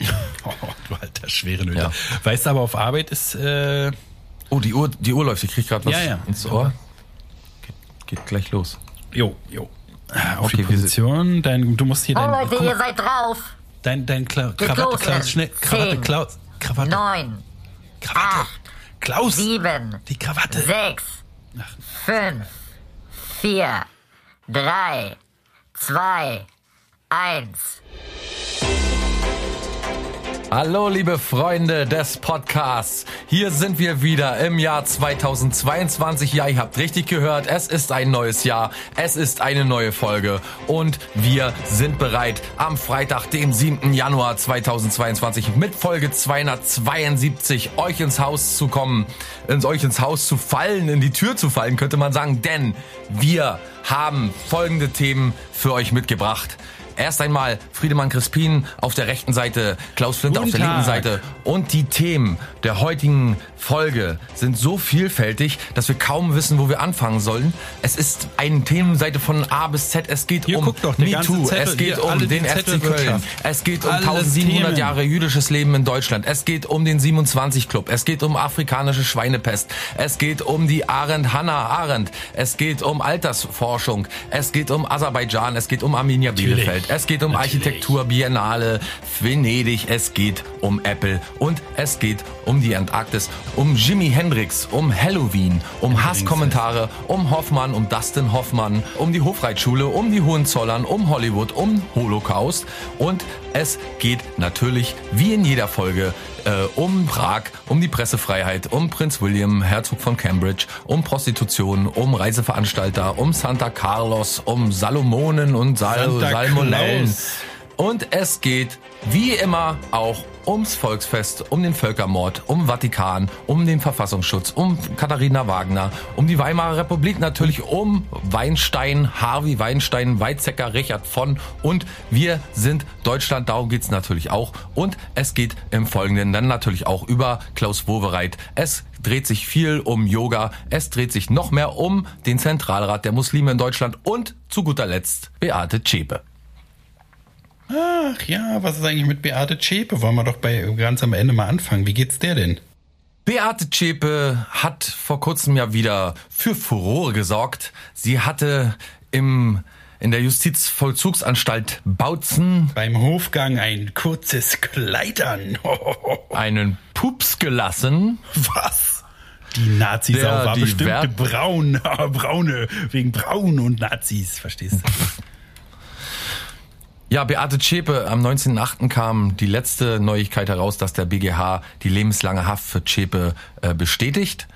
S1: Oh, du alter schwere Nöte.
S2: Ja.
S1: Weißt du, aber auf Arbeit ist, äh,
S2: Oh, die Uhr, die Uhr läuft. Ich krieg gerade was
S1: Ja, ja.
S2: ins Ohr. Geht, geht gleich los.
S1: jo, jo. Auf
S2: Okay,
S1: die
S2: wir sind-
S1: Position, dein, du musst hier
S9: Oh
S1: dein,
S9: Leute,
S1: guck mal,
S9: ihr seid drauf.
S1: dein, dein Kla
S9: Geht
S1: Krawatte,
S9: los,
S1: Klaus,
S9: Len.
S1: schnell, Krawatte,
S9: Zehn.
S1: Klaus, Krawatte,
S9: Neun, Ah.
S1: Krawatte,
S9: acht,
S1: Klaus,
S9: sieben,
S1: die Krawatte.
S9: sechs, fünf, vier, drei, zwei, eins.
S2: Hallo, liebe Freunde des Podcasts. Hier sind wir wieder im Jahr 2022. Ja, ihr habt richtig gehört. Es ist ein neues Jahr. Es ist eine neue Folge. Und wir sind bereit am Freitag, den 7. Januar 2022 mit Folge 272 euch ins Haus zu kommen, ins euch ins Haus zu fallen, in die Tür zu fallen, könnte man sagen. Denn wir haben folgende Themen für euch mitgebracht. Erst einmal Friedemann Crispin auf der rechten Seite, Klaus Flinte auf
S1: Guten
S2: der linken
S1: Tag.
S2: Seite. Und die Themen der heutigen Folge sind so vielfältig, dass wir kaum wissen, wo wir anfangen sollen. Es ist eine Themenseite von A bis Z. Es geht
S1: Hier,
S2: um
S1: guck doch, der ganze
S2: MeToo,
S1: Zettel,
S2: es geht
S1: hier,
S2: um
S1: alle
S2: den
S1: die
S2: FC Köln,
S1: Zettelwirtschaft.
S2: es geht um
S1: Alles
S2: 1700
S1: Themen.
S2: Jahre jüdisches Leben in Deutschland, es geht um den 27 Club, es geht um afrikanische Schweinepest, es geht um die Arendt Hannah Arendt, es geht um Altersforschung, es geht um Aserbaidschan, es geht um Arminia
S1: Natürlich.
S2: Bielefeld, es geht um
S1: Natürlich.
S2: Architektur, Biennale, Venedig, es geht um Apple und es geht um die Antarktis, um Jimi Hendrix, um Halloween, um Hasskommentare, um Hoffmann, um Dustin Hoffmann, um die Hofreitschule, um die Hohenzollern, um Hollywood, um Holocaust und es geht natürlich wie in jeder Folge äh, um Prag, um die Pressefreiheit, um Prinz William, Herzog von Cambridge, um Prostitution, um Reiseveranstalter, um Santa Carlos, um Salomonen und Sal
S1: Santa
S2: Salmonellen.
S1: Claus.
S2: Und es geht, wie immer, auch ums Volksfest, um den Völkermord, um Vatikan, um den Verfassungsschutz, um Katharina Wagner, um die Weimarer Republik natürlich, um Weinstein, Harvey Weinstein, Weizsäcker, Richard von und wir sind Deutschland, darum geht's natürlich auch. Und es geht im Folgenden dann natürlich auch über Klaus Wowereit. Es dreht sich viel um Yoga, es dreht sich noch mehr um den Zentralrat der Muslime in Deutschland und zu guter Letzt Beate Zschäpe.
S1: Ach ja, was ist eigentlich mit Beate Zschäpe? Wollen wir doch bei ganz am Ende mal anfangen. Wie geht's der denn?
S2: Beate Zschäpe hat vor kurzem ja wieder für Furore gesorgt. Sie hatte im, in der Justizvollzugsanstalt Bautzen
S1: Beim Hofgang ein kurzes Kleidern. (laughs) Oh,
S2: einen Pups gelassen.
S1: Was? Die Nazisau
S2: Der-
S1: war
S2: die
S1: bestimmt
S2: Wer-
S1: braun, (laughs) ah, braune, wegen braun und Nazis, verstehst du?
S2: Ja, Beate Zschäpe, am 19.8. kam die letzte Neuigkeit heraus, dass der BGH die lebenslange Haft für Zschäpe äh, bestätigt.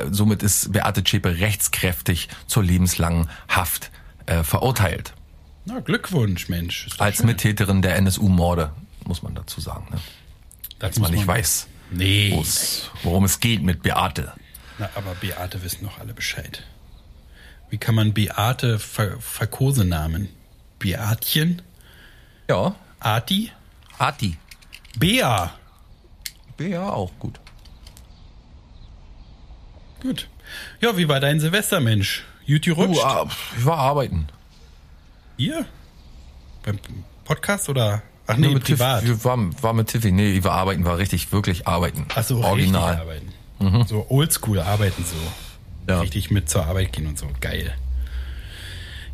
S2: Äh, Somit ist Beate Zschäpe rechtskräftig zur lebenslangen Haft äh, verurteilt.
S1: Na, Glückwunsch, Mensch. Ist doch
S2: Als
S1: schön.
S2: Mittäterin der NSU-Morde, muss man dazu sagen. Ne?
S1: Das
S2: Man
S1: muss
S2: nicht weiß.
S1: Nee.
S2: wo's- worum es geht mit Beate.
S1: Na, aber Beate wissen doch alle Bescheid. Wie kann man Beate ver Verkosenamen? Beatchen?
S2: Ja,
S1: Ati?
S2: Ati.
S1: Bea.
S2: Ja, auch gut.
S1: Gut. Ja, wie war dein Silvester, Mensch? Gut
S2: Du,
S1: gerutscht?
S2: ah, pf, ich war arbeiten.
S1: Hier? Beim Podcast oder? Ach nee,
S2: mit
S1: privat.
S2: Tiff, war, war mit Tiffy. Nee, ich war arbeiten, war richtig, wirklich arbeiten.
S1: Achso,
S2: original. Mhm.
S1: richtig arbeiten. So oldschool arbeiten so.
S2: Ja.
S1: Richtig mit zur Arbeit gehen und so. Geil.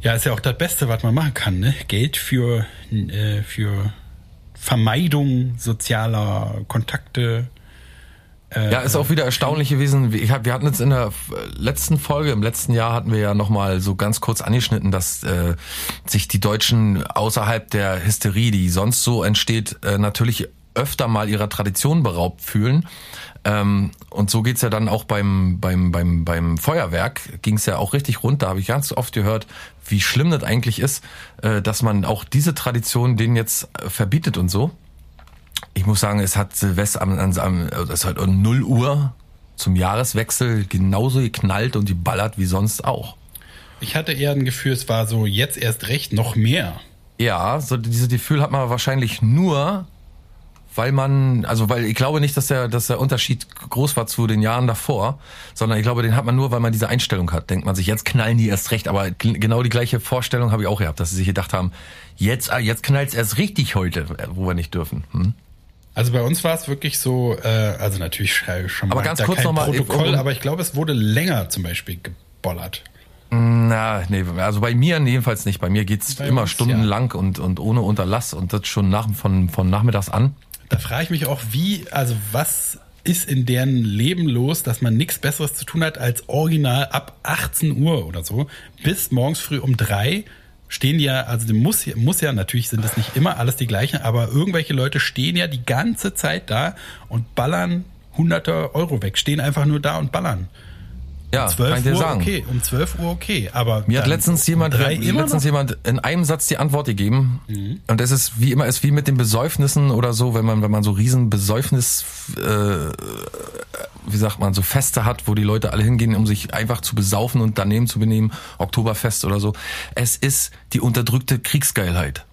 S1: Ja, ist ja auch das Beste, was man machen kann, ne? Geld für, äh, für Vermeidung sozialer Kontakte.
S2: Ja, ist auch wieder erstaunlich gewesen. Ich hab, wir hatten jetzt in der äh, letzten Folge, im letzten Jahr hatten wir ja nochmal so ganz kurz angeschnitten, dass äh, sich die Deutschen außerhalb der Hysterie, die sonst so entsteht, äh, natürlich öfter mal ihrer Tradition beraubt fühlen. Ähm, und so geht's ja dann auch beim, beim, beim, beim Feuerwerk, ging's ja auch richtig runter. Habe ich ganz oft gehört, wie schlimm das eigentlich ist, äh, dass man auch diese Tradition denen jetzt äh, verbietet und so. Ich muss sagen, es hat Silvester am, am, am das hat um 0 Uhr zum Jahreswechsel genauso geknallt und geballert wie sonst auch.
S1: Ich hatte eher ein Gefühl, es war so jetzt erst recht noch mehr.
S2: Ja, so dieses Gefühl hat man wahrscheinlich nur, weil man, also weil ich glaube nicht, dass der, dass der Unterschied groß war zu den Jahren davor, sondern ich glaube, den hat man nur, weil man diese Einstellung hat. Denkt man sich, jetzt knallen die erst recht, aber gl- genau die gleiche Vorstellung habe ich auch gehabt, dass sie sich gedacht haben, jetzt, ah, jetzt knallt's erst richtig heute, äh, wo wir nicht dürfen. Hm?
S1: Also bei uns war es wirklich so, äh, also natürlich schrei- schon
S2: Aber
S1: mal
S2: ganz
S1: da
S2: kurz
S1: kein
S2: noch mal,
S1: Protokoll,
S2: um-
S1: aber ich glaube, es wurde länger zum Beispiel gebollert.
S2: Na, nee, also bei mir jedenfalls nicht. Bei mir geht's
S1: Bei
S2: immer
S1: uns,
S2: stundenlang und, und ohne Unterlass und das schon nach, von, von nachmittags an.
S1: Da frage ich mich auch, wie, also was ist in deren Leben los, dass man nichts Besseres zu tun hat als original ab 18 Uhr oder so bis morgens früh um drei stehen die ja, also die muss, ja- muss ja, natürlich sind das nicht immer alles die gleichen, aber irgendwelche Leute stehen ja die ganze Zeit da und ballern hunderte Euro weg, stehen einfach nur da und ballern.
S2: Ja,
S1: 12
S2: kann ich dir
S1: Uhr
S2: sagen.
S1: okay, um 12 Uhr okay, aber
S2: Mir hat
S1: dann
S2: letztens
S1: um
S2: jemand,
S1: drei immer
S2: letztens
S1: noch? Mhm.
S2: jemand in einem Satz die Antwort gegeben. Und es ist wie immer, es ist wie mit den Besäufnissen oder so, wenn man, wenn man so riesen Besäufnis, äh, wie sagt man, so Feste hat, wo die Leute alle hingehen, um sich einfach zu besaufen und daneben zu benehmen, Oktoberfest oder so. Es ist die unterdrückte Kriegsgeilheit.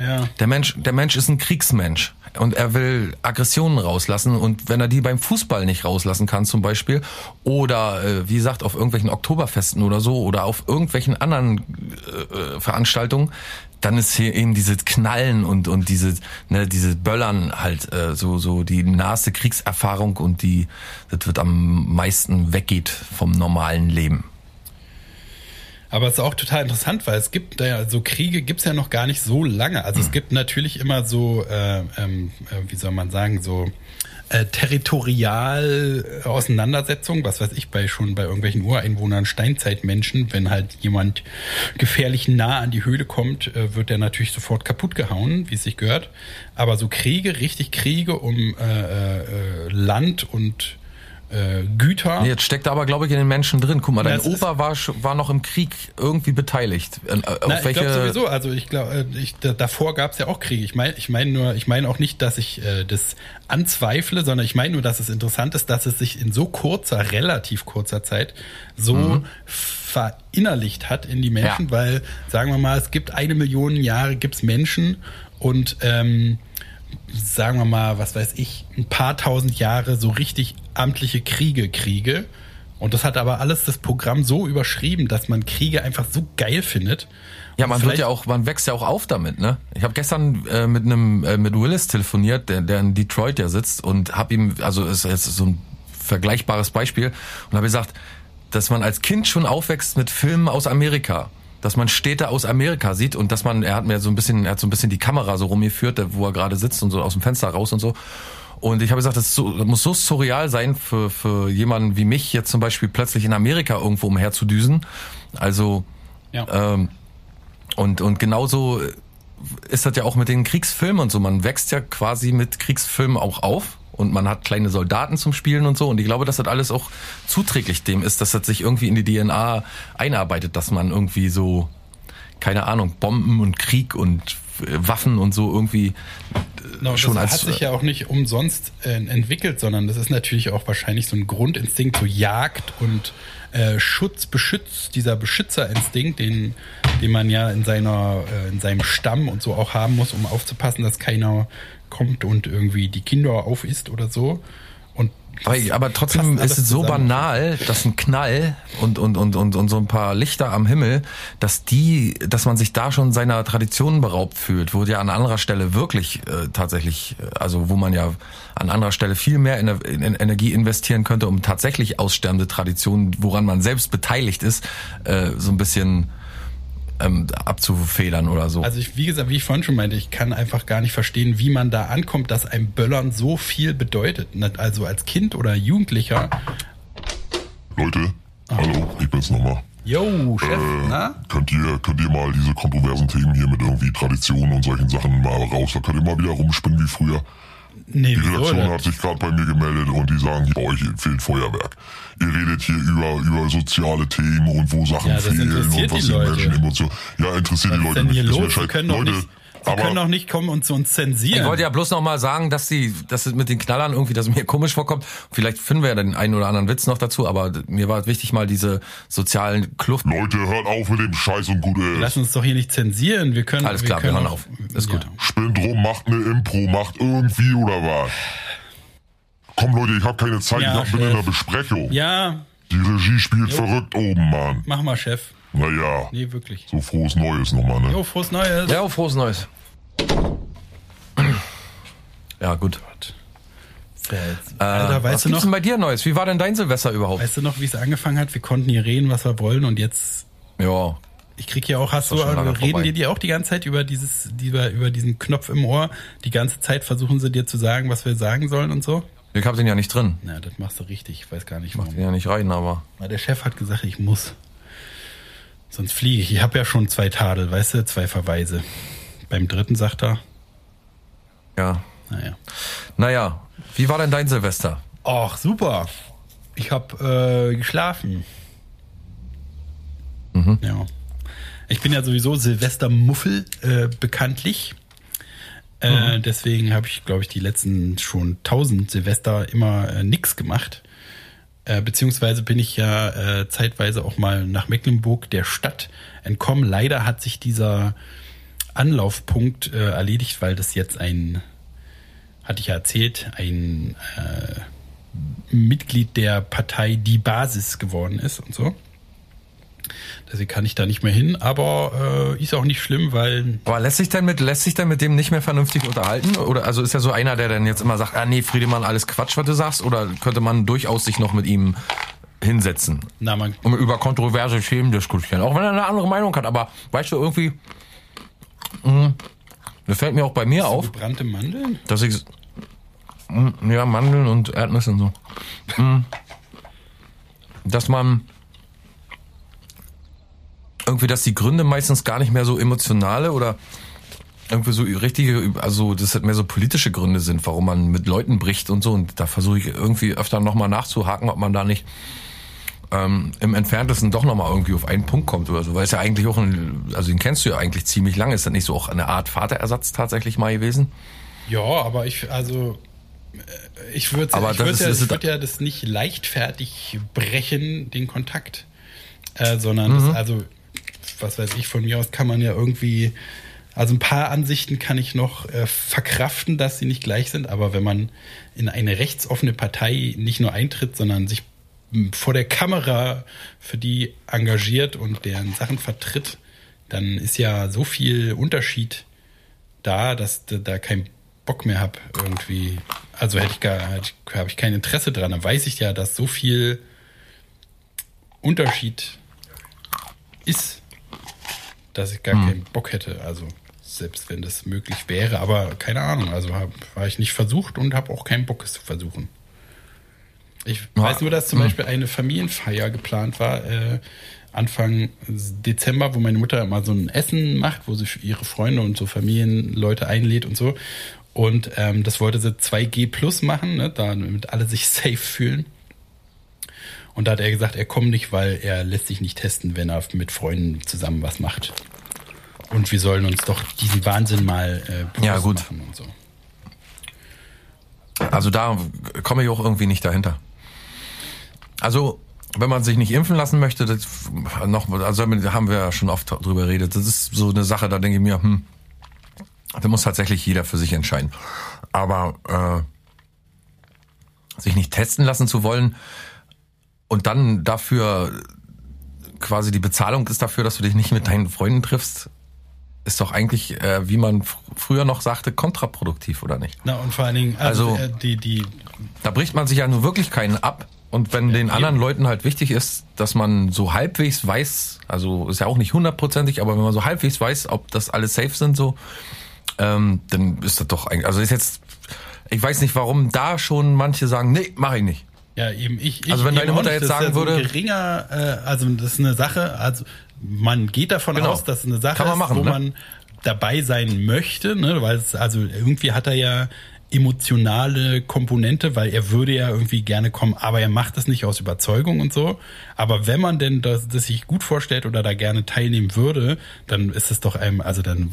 S1: ja.
S2: Der Mensch, der Mensch ist ein Kriegsmensch und er will Aggressionen rauslassen und wenn er die beim Fußball nicht rauslassen kann zum Beispiel oder äh, wie gesagt auf irgendwelchen Oktoberfesten oder so oder auf irgendwelchen anderen äh, äh, Veranstaltungen, dann ist hier eben dieses Knallen und und diese ne diese Böllern halt äh, so so die nahe Kriegserfahrung und die das wird am meisten weggeht vom normalen Leben.
S1: Aber es ist auch total interessant, weil es gibt da ja so Kriege gibt es ja noch gar nicht so lange. Also es gibt natürlich immer so, äh, ähm, äh, wie soll man sagen, so äh, territorial äh, Auseinandersetzungen, was weiß ich, bei schon bei irgendwelchen Ureinwohnern, Steinzeitmenschen, wenn halt jemand gefährlich nah an die Höhle kommt, äh, wird der natürlich sofort kaputt gehauen, wie es sich gehört. Aber so Kriege, richtig Kriege um äh, äh, äh, Land und äh, Güter.
S2: Nee, jetzt steckt da aber, glaube ich, in den Menschen drin. Guck mal,
S1: Na,
S2: dein
S1: es ist-
S2: Opa war, sch- war noch im Krieg irgendwie beteiligt. Äh, Auf
S1: Na, ich
S2: welche,
S1: glaube sowieso, also ich glaube, ich, da, davor gab es ja auch Kriege. Ich meine ich mein nur, ich meine auch nicht, dass ich äh, das anzweifle, sondern ich meine nur, dass es interessant ist, dass es sich in so kurzer, relativ kurzer Zeit so verinnerlicht hat in die Menschen,
S2: Mhm. Ja.
S1: weil, sagen wir mal, es gibt eine Million Jahre, gibt es Menschen und ähm, sagen wir mal, was weiß ich, ein paar tausend Jahre so richtig amtliche Kriege, Kriege. Und das hat aber alles das Programm so überschrieben, dass man Kriege einfach so geil findet.
S2: Ja,
S1: Und
S2: man wird
S1: vielleicht-
S2: ja auch, man wächst ja auch auf damit, ne? Ich habe gestern äh, mit einem äh, mit Willis telefoniert, der, der in Detroit ja sitzt und hab ihm, also ist jetzt so ein vergleichbares Beispiel und habe gesagt, dass man als Kind schon aufwächst mit Filmen aus Amerika, dass man Städte aus Amerika sieht und dass man, er hat mir so ein bisschen, er hat so ein bisschen die Kamera so rumgeführt, da- wo er gerade sitzt und so aus dem Fenster raus und so. Und ich habe gesagt, das, ist so, das muss so surreal sein für, für jemanden wie mich, jetzt zum Beispiel plötzlich in Amerika irgendwo umherzudüsen. Also
S1: Ja.
S2: ähm, und, und genauso ist das ja auch mit den Kriegsfilmen und so. Man wächst ja quasi mit Kriegsfilmen auch auf und man hat kleine Soldaten zum Spielen und so. Und ich glaube, dass das alles auch zuträglich dem ist, dass das sich irgendwie in die DNA einarbeitet, dass man irgendwie so, keine Ahnung, Bomben und Krieg und äh, Waffen und so irgendwie
S1: Genau,
S2: schon
S1: das
S2: als-
S1: hat sich ja auch nicht umsonst äh, entwickelt, sondern das ist natürlich auch wahrscheinlich so ein Grundinstinkt, so Jagd und äh, Schutz, Beschütz, dieser Beschützerinstinkt, den, den man ja in seiner, äh, in seinem Stamm und so auch haben muss, um aufzupassen, dass keiner kommt und irgendwie die Kinder aufisst oder so. Und
S2: Aber, aber trotzdem
S1: passt alles
S2: ist es so
S1: zusammen.
S2: banal, dass ein Knall und, und, und, und, und so ein paar Lichter am Himmel, dass die, dass man sich da schon seiner Tradition beraubt fühlt, wo ja an anderer Stelle wirklich äh, tatsächlich, äh, also wo man ja an anderer Stelle viel mehr in, in, in Energie investieren könnte, um tatsächlich aussterbende Traditionen, woran man selbst beteiligt ist, äh, so ein bisschen ähm, abzufedern oder so.
S1: Also ich, wie gesagt, wie ich vorhin schon meinte, ich kann einfach gar nicht verstehen, wie man da ankommt, dass einem Böllern so viel bedeutet. Also als Kind oder Jugendlicher.
S5: Leute, hallo, ich bin's nochmal.
S1: Yo, Chef,
S5: Äh,
S1: na?
S5: Könnt ihr, könnt ihr mal diese kontroversen Themen hier mit irgendwie Traditionen und solchen Sachen mal raus? Da könnt ihr mal wieder rumspinnen wie früher.
S1: Nee,
S5: Die
S1: wieso
S5: Redaktion
S1: denn?
S5: hat sich gerade bei mir gemeldet und die sagen, hier, bei euch fehlt Feuerwerk. Ihr redet hier über, über soziale Themen und wo Sachen
S1: Ja, das
S5: fehlen
S1: interessiert
S5: und was
S1: die
S5: den
S1: Leute.
S5: Menschen emotionen. Ja, interessiert die
S1: ist
S5: Leute
S1: denn hier
S5: nicht. Ist mir
S1: los? Wir
S5: scheiß-
S1: können doch
S5: Leute,
S1: nicht- Sie
S5: Aber-
S1: können doch nicht kommen und zu uns zensieren.
S2: Ich wollte ja bloß noch mal sagen, dass die, dass es mit den Knallern irgendwie, dass es mir komisch vorkommt. Vielleicht finden wir ja den einen oder anderen Witz noch dazu, aber mir war wichtig mal diese sozialen Kluft.
S5: Leute, hört auf mit dem Scheiß und gut ist.
S1: Lass uns doch hier nicht zensieren. Wir können.
S2: Alles klar, wir
S1: können
S2: hören
S1: auch-
S2: auf. Ist gut.
S5: Spinnt rum, macht eine Impro, macht irgendwie oder was. Komm Leute, ich hab keine Zeit,
S1: Ja,
S5: ich hab, bin in
S1: Chef.
S5: der Besprechung.
S1: Ja. ja,
S5: Die Regie spielt verrückt oben, Mann.
S1: mach mal, Chef.
S5: Naja,
S1: Nee, wirklich.
S5: so frohes Neues nochmal, ne?
S1: Jo, frohes Neues.
S2: Ja, frohes Neues. Ja, gut. Äh,
S1: Alter,
S2: was
S1: weißt
S2: gibt's
S1: du noch,
S2: denn bei dir Neues? Wie war denn dein Silvester überhaupt?
S1: weißt du noch, wie es angefangen hat? Wir konnten hier reden, was wir wollen und jetzt.
S2: ja.
S1: Ich krieg hier auch, hast du,
S2: doch schon lange
S1: reden
S2: vorbei.
S1: dir die auch die ganze Zeit über dieses, über, über diesen Knopf im Ohr. Die ganze Zeit versuchen sie dir zu sagen, was wir sagen sollen und so.
S2: Ich hab den ja nicht drin.
S1: Na, das machst du richtig. Ich weiß gar nicht,
S2: Mach den
S1: warum.
S2: ja nicht rein, aber.
S1: Na, der Chef hat gesagt, ich muss. Sonst fliege ich. Ich habe ja schon zwei Tadel, weißt du, zwei Verweise. Beim dritten sagt er,
S2: Ja.
S1: naja.
S2: Naja, wie war denn dein Silvester?
S1: Ach, super. Ich habe äh, geschlafen. Ja. Ich bin ja sowieso Silvestermuffel, äh, bekanntlich. Äh, Deswegen habe ich, glaube ich, die letzten schon tausend Silvester immer äh, nix gemacht. Äh, beziehungsweise bin ich ja äh, zeitweise auch mal nach Mecklenburg der Stadt entkommen. Leider hat sich dieser Anlaufpunkt äh, erledigt, weil das jetzt ein, hatte ich ja erzählt, ein äh, Mitglied der Partei Die Basis geworden ist und so. Deswegen kann ich da nicht mehr hin, aber äh, ist auch nicht schlimm, weil
S2: Aber lässt sich denn mit, lässt sich denn mit dem nicht mehr vernünftig unterhalten? Oder also ist er so einer, der dann jetzt immer sagt, ah nee, Friedemann, alles Quatsch, was du sagst? Oder könnte man durchaus sich noch mit ihm hinsetzen?
S1: na, man,
S2: Um über kontroverse Themen diskutieren. Auch wenn er eine andere Meinung hat, aber weißt du, irgendwie. Mh, das fällt mir auch bei mir auf,
S1: gebrannte Mandeln?
S2: dass ich. Mh, ja, Mandeln und Erdnüsse und so. Mh, dass man. Irgendwie, dass die Gründe meistens gar nicht mehr so emotionale oder irgendwie so richtige, also das halt mehr so politische Gründe sind, warum man mit Leuten bricht und so. Und da versuche ich irgendwie öfter nochmal nachzuhaken, ob man da nicht ähm, im Entferntesten doch nochmal irgendwie auf einen Punkt kommt oder so. Weil es ja eigentlich auch ein, also den kennst du ja eigentlich ziemlich lange. Ist das nicht so auch eine Art Vaterersatz tatsächlich mal gewesen?
S1: Ja, aber ich, also äh, ich würde
S2: Aber
S1: ich
S2: das ist-
S1: würd ja,
S2: das
S1: ich
S2: ist-
S1: würd ja das nicht leichtfertig brechen, den Kontakt. Äh, sondern
S2: Mhm.
S1: das, also, was weiß ich, von mir aus kann man ja irgendwie, also ein paar Ansichten kann ich noch äh, verkraften, dass sie nicht gleich sind, aber wenn man in eine rechtsoffene Partei nicht nur eintritt, sondern sich m, vor der Kamera für die engagiert und deren Sachen vertritt, dann ist ja so viel Unterschied da, dass d- da kein Bock mehr hab irgendwie. Also hätte ich gar, habe ich kein Interesse dran. Dann weiß ich ja, dass so viel Unterschied ist, dass ich gar keinen Bock hätte. Also selbst wenn das möglich wäre, aber keine Ahnung. Also habe hab ich nicht versucht und habe auch keinen Bock, es zu versuchen. Ich weiß nur, dass zum Beispiel eine Familienfeier geplant war, äh, Anfang Dezember, wo meine Mutter immer so ein Essen macht, wo sie für ihre Freunde und so Familienleute einlädt und so. Und ähm, das wollte sie 2G plus machen, ne, damit alle sich (laughs) safe fühlen. Und da hat er gesagt, er kommt nicht, weil er lässt sich nicht testen, wenn er mit Freunden zusammen was macht. Und wir sollen uns doch diesen Wahnsinn mal äh, bewusst
S2: Ja, gut.
S1: machen und so.
S2: Also da komme ich auch irgendwie nicht dahinter. Also, wenn man sich nicht impfen lassen möchte, das noch, also damit haben wir ja schon oft drüber geredet. Das ist so eine Sache, da denke ich mir, hm, da muss tatsächlich jeder für sich entscheiden. Aber äh, sich nicht testen lassen zu wollen und dann dafür quasi die Bezahlung ist dafür, dass du dich nicht mit deinen Freunden triffst, ist doch eigentlich, äh, wie man fr früher noch sagte, kontraproduktiv, oder nicht?
S1: Na und vor allen Dingen, also,
S2: Also-
S1: äh, die, die,
S2: Da bricht man sich ja nun wirklich keinen ab. Und wenn den anderen Leuten halt wichtig ist, dass man so halbwegs weiß, also ist ja auch nicht hundertprozentig, aber wenn man so halbwegs weiß, ob das alle safe sind, so, ähm, dann ist das doch eigentlich, also ist jetzt, ich weiß nicht, warum da schon manche sagen, nee, mach ich nicht.
S1: Ja, eben ich. ich
S2: Also wenn
S1: eben
S2: deine
S1: auch
S2: Mutter
S1: nicht.
S2: jetzt
S1: Das
S2: sagen
S1: ist ja so ein
S2: würde-
S1: geringer, äh, also das ist eine Sache, also man geht davon
S2: Genau.
S1: aus, dass es eine Sache
S2: Kann man
S1: ist,
S2: machen,
S1: wo
S2: ne?
S1: man dabei sein möchte, ne? weil es, also irgendwie hat er ja emotionale Komponente, weil er würde ja irgendwie gerne kommen, aber er macht das nicht aus Überzeugung und so. Aber wenn man denn das, das sich gut vorstellt oder da gerne teilnehmen würde, dann ist es doch einem, also dann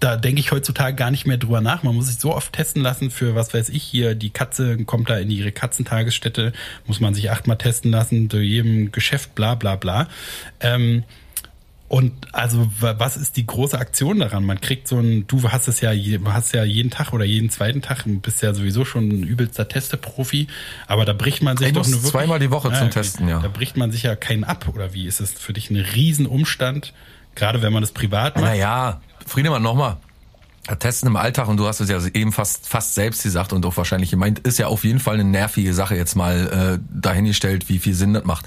S1: da denke ich heutzutage gar nicht mehr drüber nach. Man muss sich so oft testen lassen für, was weiß ich, hier die Katze kommt da in ihre Katzentagesstätte, muss man sich achtmal testen lassen, zu jedem Geschäft, bla bla bla. Ähm, und also wa- was ist die große Aktion daran? Man kriegt so ein, du hast es ja, je- hast ja jeden Tag oder jeden zweiten Tag, du bist ja sowieso schon ein übelster Testeprofi, aber da bricht man sich
S2: Ich
S1: doch
S2: muss
S1: nur wirklich,
S2: zweimal die Woche zum
S1: okay.
S2: Testen, ja.
S1: Da bricht man sich ja keinen ab oder wie? Ist es für dich ein Riesenumstand, gerade wenn man das privat macht?
S2: Naja, Friedemann, nochmal. Testen im Alltag und du hast es ja eben fast, fast selbst gesagt und auch wahrscheinlich gemeint, ist ja auf jeden Fall eine nervige Sache jetzt mal äh, dahingestellt, wie viel Sinn das macht.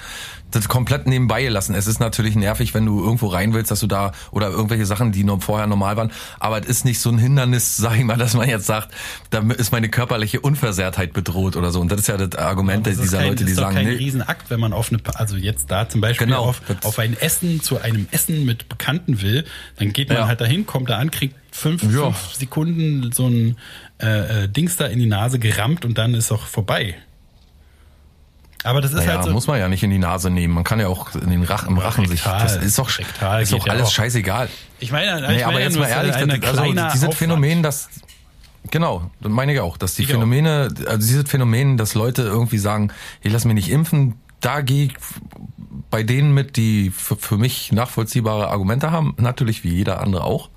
S2: Das komplett nebenbei gelassen. Es ist natürlich nervig, wenn du irgendwo rein willst, dass du da oder irgendwelche Sachen, die noch vorher normal waren, aber es ist nicht so ein Hindernis, (laughs) sag ich mal, dass man jetzt sagt, da ist meine körperliche Unversehrtheit bedroht oder so. Und das ist ja das Argument
S1: Das Also ist
S2: dieser
S1: kein,
S2: Leute, die
S1: ist doch
S2: sagen,
S1: kein
S2: nee,
S1: Riesenakt, wenn man auf eine, also jetzt da zum Beispiel
S2: Genau.
S1: auf,
S2: Das-
S1: auf ein Essen zu einem Essen mit Bekannten will, dann geht man
S2: Ja.
S1: halt dahin, kommt da an, kriegt fünf,
S2: Ja.
S1: fünf Sekunden so ein äh, äh, Dings da in die Nase gerammt und dann ist auch vorbei. Aber das ist
S2: Naja,
S1: halt so.
S2: muss man ja nicht in die Nase nehmen. Man kann ja auch in den Rachen, im Rachen sich.
S1: Rektal.
S2: Das ist doch,
S1: Rektal
S2: ist doch
S1: geht ja
S2: alles
S1: auch.
S2: scheißegal.
S1: ich meine, ich
S2: Nee,
S1: meine
S2: aber jetzt
S1: nur,
S2: mal
S1: es ist
S2: ehrlich,
S1: ein
S2: das, also
S1: kleiner
S2: dieses
S1: Aufwand.
S2: Phänomen, dass genau, das meine ich auch, dass die
S1: Ich auch.
S2: Phänomene, also dieses Phänomen, dass Leute irgendwie sagen, ich lass mich nicht impfen, da gehe ich bei denen mit, die für, für mich nachvollziehbare Argumente haben, natürlich wie jeder andere auch,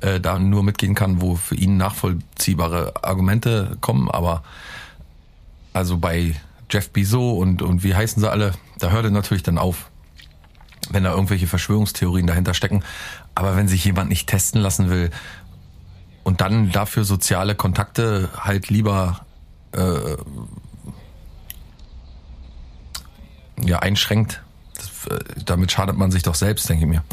S2: äh, da nur mitgehen kann, wo für ihn nachvollziehbare Argumente kommen, aber also bei Jeff Bezos und, und wie heißen sie alle, da hört er natürlich dann auf, wenn da irgendwelche Verschwörungstheorien dahinter stecken. Aber wenn sich jemand nicht testen lassen will und dann dafür soziale Kontakte halt lieber äh, ja, einschränkt, das, äh, damit schadet man sich doch selbst, denke ich mir.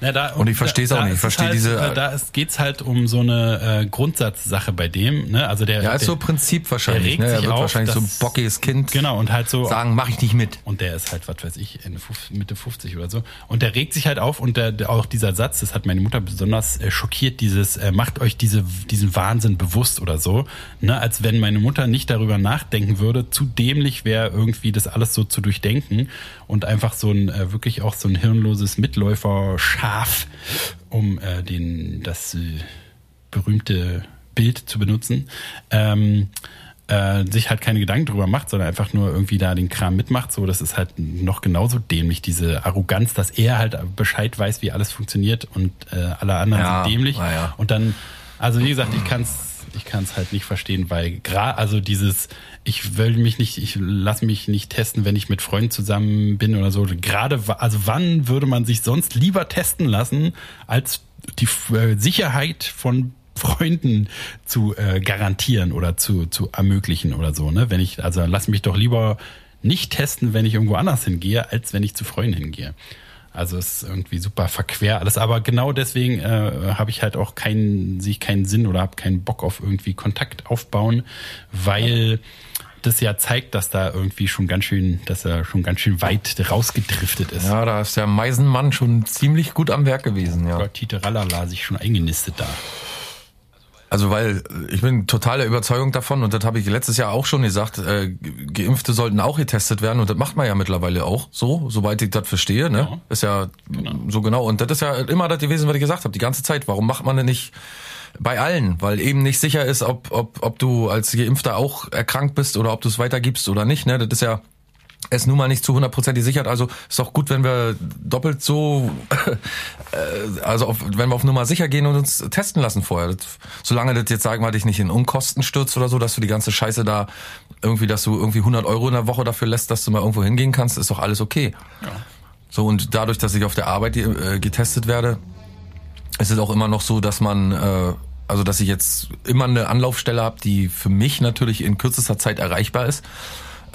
S1: Na, da,
S2: Und ich versteh's auch
S1: da
S2: nicht. Ich
S1: ist es
S2: versteh
S1: halt,
S2: diese-
S1: äh, Da ist- geht's halt um so eine äh, Grundsatzsache bei dem. Ne? Also der,
S2: Ja, ist
S1: der,
S2: so Prinzip wahrscheinlich.
S1: regt
S2: Ne? Er
S1: sich
S2: wird
S1: auf,
S2: wahrscheinlich so ein
S1: dass-
S2: bockiges Kind
S1: Genau, und halt so
S2: sagen, mache ich nicht mit.
S1: Und der ist halt, was weiß ich, Ende 50, Mitte 50 oder so. Und der regt sich halt auf und der, der, auch dieser Satz, das hat meine Mutter besonders äh, schockiert, dieses, äh, macht euch diese, diesen Wahnsinn bewusst oder so. Ne? Als wenn meine Mutter nicht darüber nachdenken würde, zu dämlich wäre, irgendwie das alles so zu durchdenken und einfach so ein, äh, wirklich auch so ein hirnloses Mitläufer-Schaf, um äh, den, das äh, berühmte Bild zu benutzen. Ähm, äh, sich halt keine Gedanken drüber macht, sondern einfach nur irgendwie da den Kram mitmacht, so das ist halt noch genauso dämlich, diese Arroganz, dass er halt Bescheid weiß, wie alles funktioniert und äh, alle anderen
S2: Ja,
S1: sind dämlich.
S2: na ja.
S1: Und dann, also wie gesagt, ich kann es ich kann's halt nicht verstehen, weil gerade, also dieses, ich will mich nicht, ich lasse mich nicht testen, wenn ich mit Freunden zusammen bin oder so. Gerade, wa- also wann würde man sich sonst lieber testen lassen, als die äh, Sicherheit von Freunden zu äh, garantieren oder zu, zu ermöglichen oder so, ne? Wenn ich, also lass mich doch lieber nicht testen, wenn ich irgendwo anders hingehe, als wenn ich zu Freunden hingehe. Also es ist irgendwie super verquer alles. Aber genau deswegen äh, habe ich halt auch keinen, sehe ich keinen Sinn oder habe keinen Bock auf irgendwie Kontakt aufbauen, weil das ja zeigt, dass da irgendwie schon ganz schön, dass er schon ganz schön weit rausgedriftet ist.
S2: Ja, da ist der Meisenmann schon ziemlich gut am Werk gewesen, ja.
S1: Oder Tite Rallala sich schon eingenistet da.
S2: Also weil äh, ich bin total der Überzeugung davon und das habe ich letztes Jahr auch schon gesagt, äh, Ge- Geimpfte sollten auch getestet werden und das macht man ja mittlerweile auch so, soweit ich das verstehe, ne?
S1: Ja.
S2: Ist ja m, so genau und das ist ja immer das gewesen, was ich gesagt habe, die ganze Zeit, warum macht man das nicht bei allen, weil eben nicht sicher ist, ob ob ob du als Geimpfter auch erkrankt bist oder ob du es weitergibst oder nicht, ne? Das ist ja es nun mal nicht zu 100% sichert, also ist doch gut, wenn wir doppelt so also auf, wenn wir auf Nummer sicher gehen und uns testen lassen vorher. Das, solange das jetzt, sagen wir mal, dich nicht in Unkosten stürzt oder so, dass du die ganze Scheiße da irgendwie, dass du irgendwie 100 Euro in der Woche dafür lässt, dass du mal irgendwo hingehen kannst, ist doch alles okay. So, und dadurch, dass ich auf der Arbeit äh, getestet werde, ist es auch immer noch so, dass man, äh, also dass ich jetzt immer eine Anlaufstelle habe, die für mich natürlich in kürzester Zeit erreichbar ist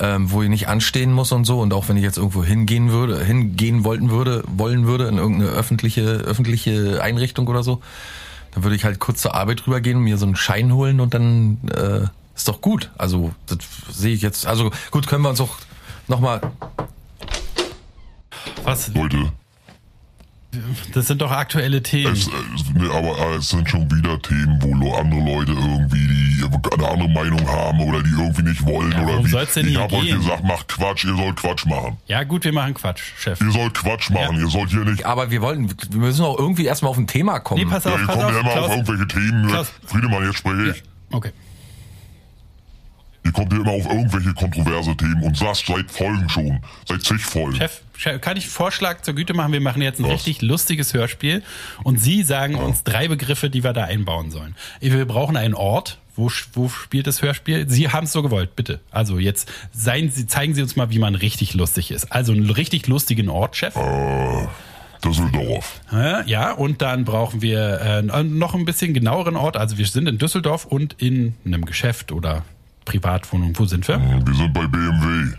S2: ähm, wo ich nicht anstehen muss und so. Und auch wenn ich jetzt irgendwo hingehen würde, hingehen wollten würde, wollen würde in irgendeine öffentliche, öffentliche Einrichtung oder so, dann würde ich halt kurz zur Arbeit rübergehen und mir so einen Schein holen und dann äh, ist doch gut. Also das sehe ich jetzt. Also gut, können wir uns auch nochmal.
S1: Was?
S5: Leute,
S1: Das sind doch aktuelle Themen.
S10: Es, es, nee, aber äh, es sind schon wieder Themen, wo lo- andere Leute irgendwie die eine andere Meinung haben oder die irgendwie nicht wollen
S1: Ja,
S10: oder
S1: warum
S10: wie.
S1: soll's denn
S10: ich
S1: hier
S10: hab euch
S1: gehen?
S10: gesagt, macht Quatsch, ihr sollt Quatsch machen.
S1: Ja, gut, wir machen Quatsch, Chef.
S10: Ihr sollt Quatsch machen, ihr sollt hier nicht.
S2: Aber wir wollen, wir müssen auch irgendwie erstmal auf ein Thema kommen.
S1: Nee, pass
S10: Ja,
S1: auf,
S10: ihr
S1: pass
S10: kommt ja
S1: auf.
S10: immer auf
S1: Klaus.
S10: irgendwelche Themen. ne?
S1: Klaus.
S10: Friedemann, jetzt spreche ich.
S1: Okay.
S10: Ihr kommt ja immer auf irgendwelche kontroverse Themen und saßt seit Folgen schon. Seit zig Folgen.
S1: Chef, Chef, kann ich einen Vorschlag zur Güte machen? Wir machen jetzt ein
S10: Was?
S1: richtig lustiges Hörspiel und Sie sagen uns drei Begriffe, die wir da einbauen sollen. Wir brauchen einen Ort. Wo, sch- wo spielt das Hörspiel? Sie haben es so gewollt, bitte. Also jetzt seien Sie, zeigen Sie uns mal, wie man richtig lustig ist. Also einen richtig lustigen Ort, Chef.
S8: Oh.
S10: Äh, Düsseldorf.
S1: Äh, Ja, und dann brauchen wir äh, noch ein bisschen genaueren Ort. Also wir sind in Düsseldorf und in einem Geschäft oder Privatwohnung. Wo sind wir?
S10: Wir sind bei BMW.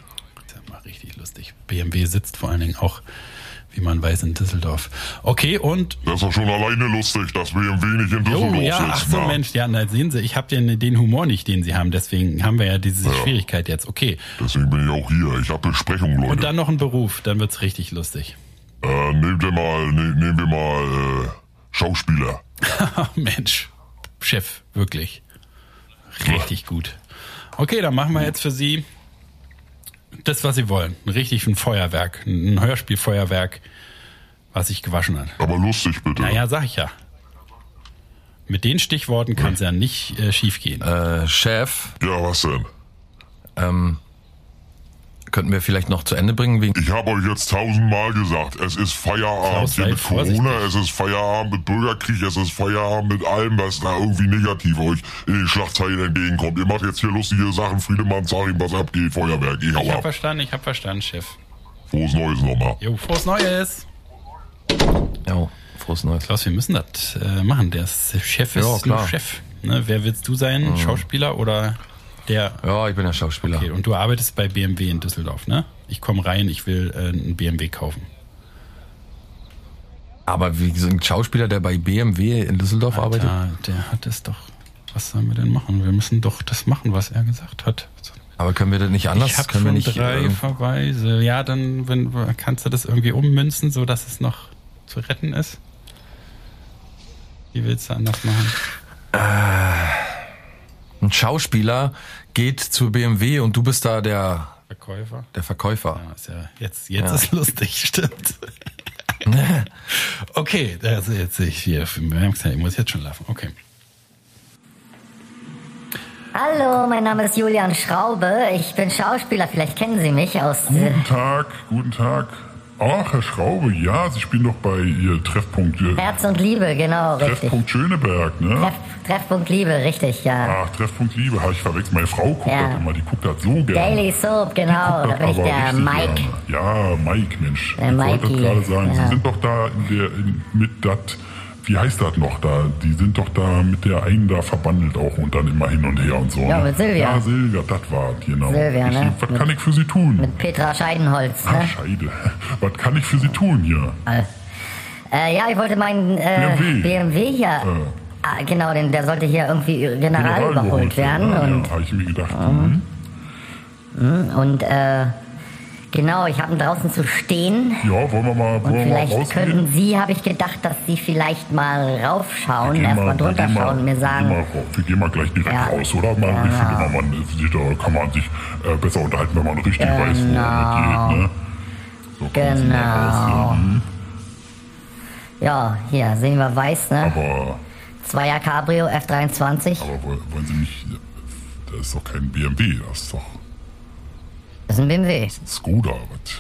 S1: Ist ja mal richtig lustig. BMW sitzt vor allen Dingen auch, wie man weiß, in Düsseldorf. Okay, und
S10: Das ist doch schon alleine lustig, dass BMW nicht in
S1: Oh
S10: Düsseldorf
S1: ja,
S10: sitzt.
S1: ach so
S10: Na,
S1: Mensch, ja, na, sehen Sie, ich habe den, den Humor nicht, den Sie haben, deswegen haben wir ja diese Schwierigkeit jetzt. Okay.
S10: Deswegen bin ich auch hier. Ich habe Besprechungen, Leute.
S1: Und dann noch ein Beruf, dann wird's richtig lustig. (laughs)
S10: Äh, nehmt ihr mal, ne, nehmen wir mal äh, Schauspieler.
S1: Mensch, Chef, wirklich. Richtig gut. Okay, dann machen wir jetzt für Sie das, was Sie wollen. Ein richtig ein Feuerwerk, ein Hörspielfeuerwerk, was sich gewaschen hat.
S10: Aber lustig bitte.
S1: Naja, sag ich ja. Mit den Stichworten kann es ja nicht äh, schief gehen.
S2: Äh, Chef,
S10: Ja, was denn?
S2: ähm, könnten wir vielleicht noch zu Ende bringen wegen.
S10: Ich habe euch jetzt tausendmal gesagt, es ist Feierabend
S1: Klaus,
S10: hier
S1: sei
S10: mit Corona,
S1: vorsichtig.
S10: es ist Feierabend mit Bürgerkrieg, es ist Feierabend mit allem, was da irgendwie negativ euch in den Schlagzeilen entgegenkommt. Ihr macht jetzt hier lustige Sachen, Friedemann, sag ihm, was abgeht, Feuerwerk, ich hau
S1: Ich hab
S10: ab.
S1: verstanden, ich hab verstanden, Chef.
S10: Frohes Neues nochmal.
S1: Jo, frohes Neues!
S2: Ja, frohes Neues.
S1: Klaus, wir müssen das äh, machen. Der ist- der Chef
S2: Ja,
S1: ist
S2: klar.
S1: ein Chef. Ne? Wer willst du sein? Schauspieler oder der?
S2: Ja, ich bin ja Schauspieler.
S1: Okay, und du arbeitest bei BMW in Düsseldorf, ne? Ich komme rein, ich will äh, einen BMW kaufen.
S2: Aber wie so ein Schauspieler, der bei BMW in Düsseldorf arbeitet?
S1: Da, Ah, der hat es doch. Was sollen wir denn machen? Wir müssen doch das machen, was er gesagt hat.
S2: Aber können wir das nicht anders?
S1: ich habe
S2: können wir
S1: schon
S2: nicht
S1: drei
S2: ähm,
S1: Verweise. Ja, dann wenn, kannst du das irgendwie ummünzen, sodass es noch zu retten ist. Wie willst du anders machen?
S2: ein Schauspieler geht zu BMW und du bist da der,
S1: Verkäufer?
S2: der Verkäufer.
S1: Ja, ist ja jetzt jetzt ist lustig,
S2: (laughs)
S1: (laughs) stimmt. okay, also jetzt ich hier, ich muss jetzt schon laufen. Okay.
S6: Hallo, mein Name ist Julian Schraube. Ich bin Schauspieler. Vielleicht kennen Sie mich aus. Äh,
S8: Guten Tag, guten Tag. Ach, Herr Schraube, ja, Sie spielen doch bei Ihr Treffpunkt, äh,
S6: Herz und Liebe, genau, richtig.
S8: Treffpunkt Schöneberg, ne?
S6: Treff, Treffpunkt Liebe, richtig, ja.
S8: Ach, Treffpunkt Liebe, habe ich verwechselt. Meine Frau guckt
S6: Ja.
S8: das immer, die guckt das so gerne.
S6: Daily Soap, (laughs) genau. Da
S8: Guckt
S6: bin
S8: das
S6: ich
S8: aber
S6: der
S8: richtig
S6: Mike.
S8: Gerne. Ja, Mike, Mensch.
S6: Der
S8: ich wollte das
S6: Mikey,
S8: gerade sagen.
S6: ja.
S8: Sie sind doch da in der, in, mit dat, wie heißt das noch da? Die sind doch da mit der einen da verbandelt auch und dann immer hin und her und so.
S6: Ja,
S8: ne?
S6: mit Silvia.
S8: Ja, Silvia, das war genau.
S6: Silvia,
S8: ich,
S6: ne?
S8: Was
S6: Mit-
S8: kann ich für Sie tun?
S6: Mit Petra Scheidenholz,
S8: Ach,
S6: ne? Ah,
S8: Scheide. (laughs) Was kann ich für Sie tun hier?
S6: Äh, ja, ich wollte meinen äh,
S8: BMW.
S6: BMW. hier.
S8: Äh,
S6: Ah, genau, den, der sollte hier irgendwie general überholt werden.
S8: Ja,
S6: und
S8: ja, habe ich mir gedacht. Mhm.
S6: und äh, genau, ich habe ihn draußen zu stehen.
S8: Ja, wollen wir mal,
S6: Und
S8: wollen wir mal
S6: vielleicht
S8: rausgehen?
S6: könnten Sie, habe ich gedacht, dass Sie vielleicht mal raufschauen,
S8: Gehen wir-
S6: erstmal drunter
S8: gehen wir-
S6: schauen und mir
S8: gehen
S6: sagen,
S8: wir, raus. wir gehen mal gleich direkt
S6: Ja.
S8: raus, oder? Man, Ich
S6: Genau.
S8: finde, man, man sieht, da kann man sich äh, besser unterhalten, wenn man richtig weiß, wo
S6: Genau.
S8: man geht, ne? So kommen Sie mal raus, ja. Mhm.
S6: ja, hier, sehen wir weiß, ne?
S8: Aber,
S6: Zweier Cabrio F23.
S8: aber woll- wollen Sie nicht... Das ist doch kein BMW, das ist doch
S6: Das ist ein BMW.
S8: ein Skoda. Was?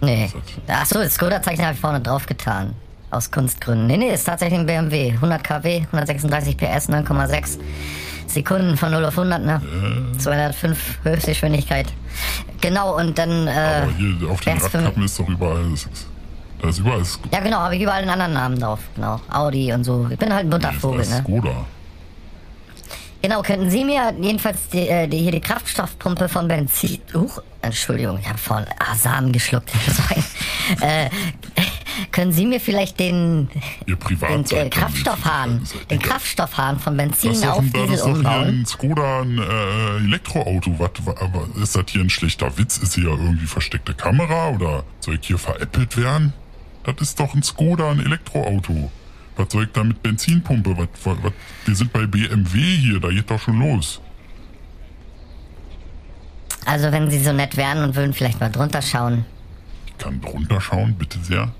S6: Nee.
S8: das?
S6: Achso, das Skoda-Zeichen habe ich vorne drauf getan. Aus Kunstgründen. Nee, nee, ist tatsächlich ein BMW. 100 kW, 136 PS, 9,6 Sekunden von 0 auf 100, ne? 205 Höchstgeschwindigkeit. Genau, und dann, äh,
S8: Aber hier auf den
S6: wär's für mich-
S8: Radkappen ist doch überall... Das ist, da ist überall Sk
S6: Ja, genau, habe ich überall einen anderen Namen drauf. Genau. Audi und so. Ich bin halt ein bunter
S8: ist
S6: Vogel,
S8: das
S6: ne?
S8: Skoda.
S6: Genau, könnten Sie mir jedenfalls die, äh, die, hier die Kraftstoffpumpe von Benzin. Huch, Entschuldigung, ich habe vorhin ah, Samen geschluckt. (laughs) Sorry. äh, (laughs) können Sie mir vielleicht den,
S8: Ihr
S6: den
S8: Privatzeug.
S6: äh,
S8: können Sie
S6: Kraftstoffhahn,
S8: sich das-
S6: den Kraftstoffhahn von Benzin
S8: Das ist doch,
S6: auf
S8: ein, das
S6: Diesel
S8: ist doch hier
S6: umbauen?
S8: ein Skoda, ein äh, Elektroauto. Was, wa- aber ist das hier ein schlechter Witz? Ist hier irgendwie versteckte Kamera oder soll ich hier veräppelt werden? Das ist doch ein Skoda, ein Elektroauto. Was soll ich da mit Benzinpumpe? Was, was, was? Wir sind bei BMW hier, da geht doch schon los.
S6: Also wenn Sie so nett wären und würden vielleicht mal drunter schauen.
S8: Ich kann drunter schauen, bitte sehr.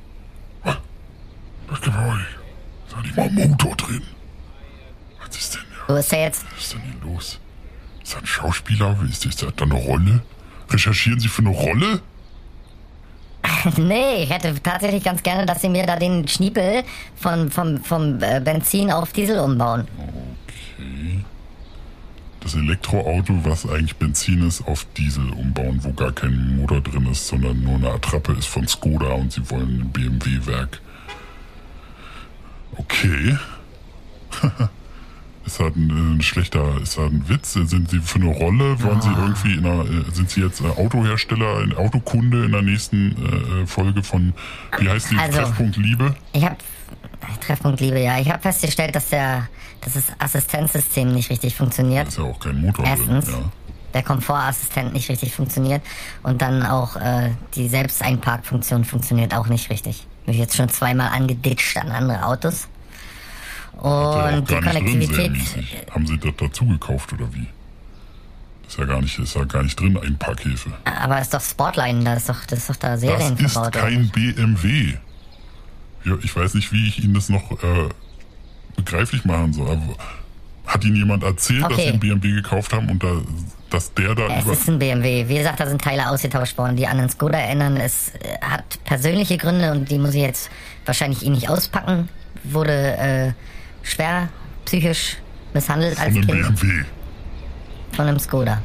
S8: Was? Das gibt's auch nicht. Da hat nicht mal ein Motor drin. Was ist denn
S6: Wo ist er jetzt? (laughs)
S8: Was ist denn hier los? Ist das ein Schauspieler? Ist das, ist das eine Rolle? Recherchieren Sie für eine Rolle?
S6: nee, ich hätte tatsächlich ganz gerne, dass Sie mir da den Schniepel von, vom, vom äh, Benzin auf Diesel umbauen.
S8: Okay. Das Elektroauto, was eigentlich Benzin ist, auf Diesel umbauen, wo gar kein Motor drin ist, sondern nur eine Attrappe ist von Skoda und sie wollen ein BMW-Werk. Okay. (laughs) ist das ein, ein schlechter, ist das ein Witz? Sind Sie für eine Rolle? Wollen Sie irgendwie in einer, äh, sind Sie jetzt äh, Autohersteller, ein Autokunde in der nächsten äh, Folge von, wie heißt die,
S6: Also-
S8: Treffpunkt Liebe?
S6: Ich habe Treffpunkt Liebe, ja. Ich habe festgestellt, dass der dass das Assistenzsystem nicht richtig funktioniert.
S8: Ist ja auch kein Motor drin,
S6: Erstens.
S8: ja.
S6: Der Komfortassistent nicht richtig funktioniert und dann auch äh, die Selbsteinparkfunktion funktioniert auch nicht richtig. Mich jetzt schon zweimal angeditscht an andere Autos.
S8: ja auch
S6: Und die
S8: gar nicht drin, sehr
S6: Konnektivität.
S8: mäßig. Haben Sie das dazu gekauft oder wie? Ist ja gar nicht, ist ja gar nicht drin, ein Parkhäfe.
S6: Aber ist doch Sportline, da ist doch, das ist doch da
S8: Das
S6: Serien
S8: ist
S6: verbaut.
S8: kein BMW. Ja, ich weiß nicht, wie ich Ihnen das noch äh, begreiflich machen soll. Aber hat Ihnen jemand erzählt, dass
S6: Okay.
S8: Sie einen BMW gekauft haben und da, dass der da
S6: Es
S8: über...
S6: ist ein BMW. Wie gesagt, da sind Teile ausgetauscht worden, die an den Skoda erinnern. Es äh, hat persönliche Gründe und die muss ich jetzt wahrscheinlich eh nicht auspacken. Wurde äh, schwer psychisch misshandelt als
S8: Von einem
S6: Kind
S8: BMW.
S6: von einem Skoda.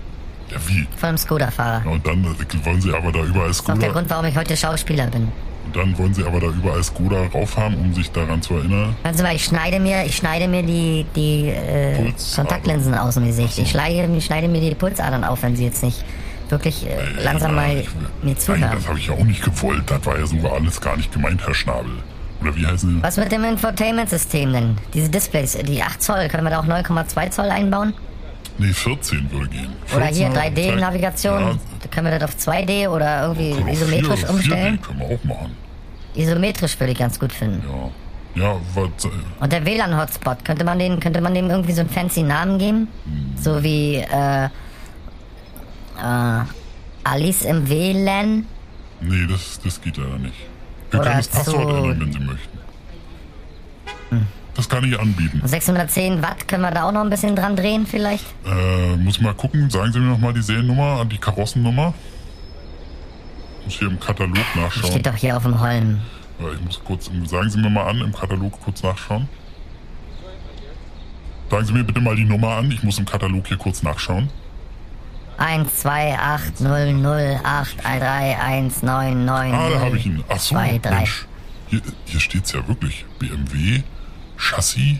S8: Ja, wie?
S6: Von einem Skoda-Fahrer.
S8: Ja, und dann äh, wollen Sie aber da überall
S6: Das ist auch der
S8: Skoda...
S6: Grund, warum ich heute Schauspieler bin.
S8: Und dann wollen Sie aber da überall Skoda raufhaben, um sich daran zu erinnern.
S6: Hören Sie mal, ich schneide mir, ich schneide mir die, die äh,
S8: Pulsadern.
S6: Kontaktlinsen aus dem Gesicht. Ich schneide, ich schneide mir die Pulsadern auf, wenn Sie jetzt nicht wirklich äh, langsam mal mir
S8: Nein,
S6: zuhören.
S8: das habe ich ja auch nicht gewollt. Das war ja sogar alles gar nicht gemeint, Herr Schnabel. Oder wie heißen Sie?
S6: Was mit dem Infotainment-System denn? Diese Displays, die 8 Zoll, können wir da auch 9,2 Zoll einbauen?
S8: Nee, 14 würde gehen.
S6: Oder hier
S8: 14er zeigt-
S6: 3D-Navigation, können wir das auf 2D oder irgendwie
S8: Ja,
S6: isometrisch
S8: vier,
S6: umstellen?
S8: 4D können wir auch machen.
S6: Isometrisch würde ich ganz gut finden.
S8: Ja. Ja, was, äh,
S6: Und der WLAN-Hotspot, könnte man den, könnte man dem irgendwie so einen fancy Namen geben?
S8: Hm.
S6: So wie äh, äh, Alice im WLAN?
S8: nee, das, das geht leider nicht. Wir
S6: Oder
S8: können das Passwort
S6: zu-
S8: ändern, wenn Sie möchten.
S6: Hm.
S8: Das kann ich anbieten.
S6: 610 Watt können wir da auch noch ein bisschen dran drehen vielleicht?
S8: Äh, muss mal gucken, sagen Sie mir nochmal die Seriennummer, die Karossennummer. Muss hier im Katalog nachschauen.
S6: Steht doch hier auf dem Holm.
S8: Ja, Äh, Ich muss kurz, sagen Sie mir mal an, im Katalog kurz nachschauen. Sagen Sie mir bitte mal die Nummer an, ich muss im Katalog hier kurz nachschauen.
S6: 12800831999.
S8: Ah, da habe ich ihn. Ach so,
S6: Zwei, drei.
S8: Mensch. Hier, hier steht's ja wirklich. BMW, Chassis,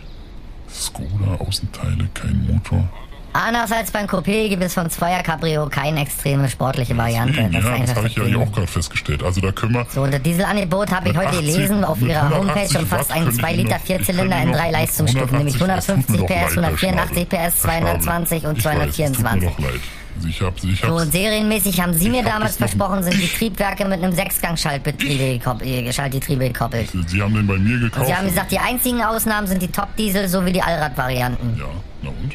S8: Skoda, Außenteile, kein Motor.
S6: Anders als beim Coupé gibt es vom Zweier Cabrio keine extreme sportliche Variante.
S8: Eben,
S6: das ist
S8: ja, das
S6: einfach
S8: habe
S6: das
S8: ich ja hier
S6: Ding.
S8: auch gerade festgestellt. Also da können wir...
S6: So, und dieses Angebot habe ich
S8: Mit
S6: heute
S8: 80
S6: gelesen auf
S8: mit
S6: ihrer
S8: 180
S6: Homepage und fasst
S8: Watt
S6: einen
S8: könnte ich
S6: 2 Liter
S8: noch-
S6: Vierzylinder
S8: ich könnte
S6: in drei
S8: noch-
S6: Leistungsstufen, nämlich
S8: 180,
S6: 150 PS,
S8: das tut mir doch leid,
S6: 184
S8: Herr
S6: PS,
S8: Schnabel.
S6: 220 und
S8: Ich weiß, es tut mir
S6: 224.
S8: doch leid. Also Ich hab's, ich
S6: So,
S8: hab's.
S6: und serienmäßig haben Sie mir
S8: genau. hab
S6: damals
S8: das noch-
S6: versprochen, sind die Triebwerke mit einem Sechsgang-Schaltgetriebe gekoppelt- äh, Schaltgetriebe gekoppelt.
S8: Sie haben den bei mir gekauft.
S6: Also Sie haben gesagt, die einzigen Ausnahmen sind die Top-Diesel sowie die Allrad-Varianten.
S8: Ja, na und?